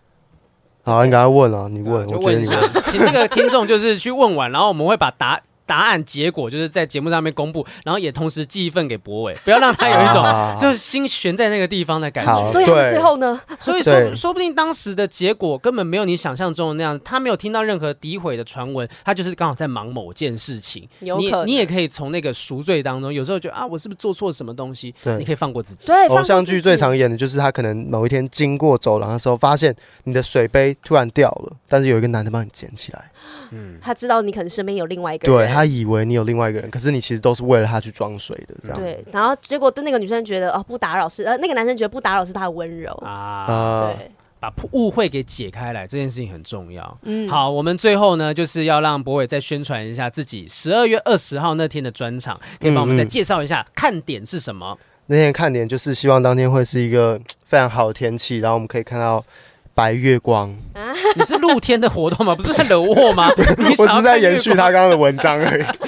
B: 好，应该问啊，你问，
D: 就
B: 我觉得
D: 问一
B: 你
D: 下
B: 问，
D: 请这个听众就是去问完，然后我们会把答答案结果就是在节目上面公布，然后也同时寄一份给博伟，不要让他有一种
B: 啊
D: 就是心悬在那个地方的感
B: 好
D: 觉。
C: 所以他们
B: 啊对
C: 最后呢，
D: 所以说，
B: 对
D: 说不定当时的结果根本没有你想象中的那样，他没有听到任何诋毁的传闻，他就是刚好在忙某件事情。
C: 有
D: 你
C: 可能
D: 你也可以从那个赎罪当中，有时候觉得啊，我是不是做错什么东西？
B: 对
D: 你可以放过自己。
C: 所以放过
B: 偶像
C: 自
B: 剧
C: 己
B: 最常演的就是他可能某一天经过走廊的时候，发现你的水杯突然掉了，但是有一个男的帮你捡起来，
C: 他知道你可能身边有另外一个
B: 对
C: 人，
B: 他以为你有另外一个人，可是你其实都是为了他去装水的，这样。
C: 对，然后结果对那个女生觉得哦不打扰是呃那个男生觉得不打扰是他的温柔，
D: 啊，
B: 啊、
C: 对，
D: 把误会给解开来，这件事情很重要。
C: 嗯，
D: 好，我们最后呢，就是要让博伟再宣传一下自己十二月二十号那天的专场，可以帮我
B: 嗯
D: 们再介绍一下看点是什么？
B: 那天看点就是希望当天会是一个非常好的天气，然后我们可以看到白月光。
D: 你是露天的活动吗？不是在冷卧 吗？你
B: 我只
D: 想要
B: 是在
D: 看月
B: 延续
D: 光
B: 他刚刚的文章而已。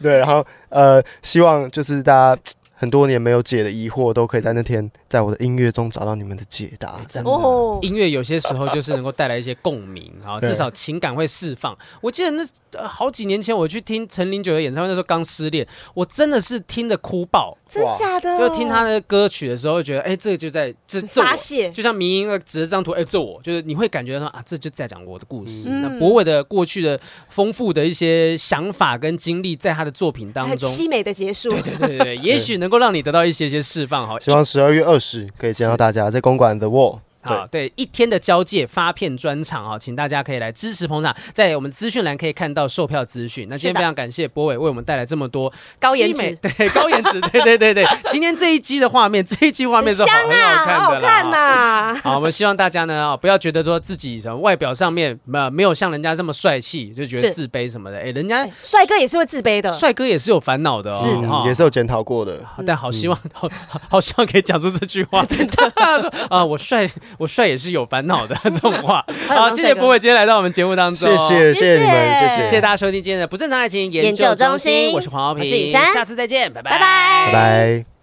B: 对，然后呃，希望就是大家很多年没有解的疑惑，都可以在那天在我的音乐中找到你们的解
D: 哎
B: 答。这样
C: 哦，
D: 音乐有些时候就是能够带来一些共鸣，好，
B: 对
D: 至少情感会释放。我记得那、呃好几年前我去听陈零九的演唱会，那时候刚失恋，我真的是听的哭爆，
C: 真
B: 哇
C: 假的，
D: 就听他的歌曲的时候，觉得哎、这就在这这
C: 哦发
D: 我。
C: 泄，
D: 就像迷音呃指着这张图，哎、这我就是你会感觉到啊，这就在讲我的故事。
C: 嗯
D: 那博伟的过去的丰富的一些想法跟经历，在他的作品当
C: 很
D: 中，
C: 凄美的结束，
D: 对对对对对，也许能够让你得到一些些释放。好，
B: 希望十二月二十可以见到大家在公馆的 Wall。
D: 好，啊对，一天的交界发片专场啊，请大家可以来支持捧场，在我们资讯栏可以看到售票资讯。那今天
C: 是的
D: 非常感谢博伟为我们带来这么多
C: 高颜
D: 凄美
C: 值
D: 对高颜值，对对对对。今天这一集的画面， 这一集画面是好
C: 香
D: 很
C: 啊，
D: 看
C: 好好
D: 的啦。
C: 看 呐，
D: 好，我们希望大家呢啊、不要觉得说自己什么外表上面呃没有像人家这么帅气，就觉得
C: 是
D: 自卑什么的。哎，人家
C: 哎帅哥也是会自卑的，
D: 帅哥也是有烦恼的哦，
C: 是的
D: 哦
B: 嗯也是有检讨过的。
D: 但好希望，好好好希望可以讲出这句话，真的 说啊，我帅，我帅也是有烦恼的 这种话。
C: 还有
D: 好，
C: 当
D: 谢
C: 帅
D: 谢
C: 哥
D: 博伟今天来到我们节目当中，
B: 谢谢，
C: 谢
B: 谢谢你们，谢
C: 谢
B: 谢，
D: 谢谢大家收听今天的不正常爱情
C: 研
D: 研
C: 究
D: 究
C: 中
D: 中
C: 心
D: 心，我是黄浩
C: 我
D: 平，
C: 是雨珊
D: 下次再见，拜
C: 拜拜
B: 拜拜。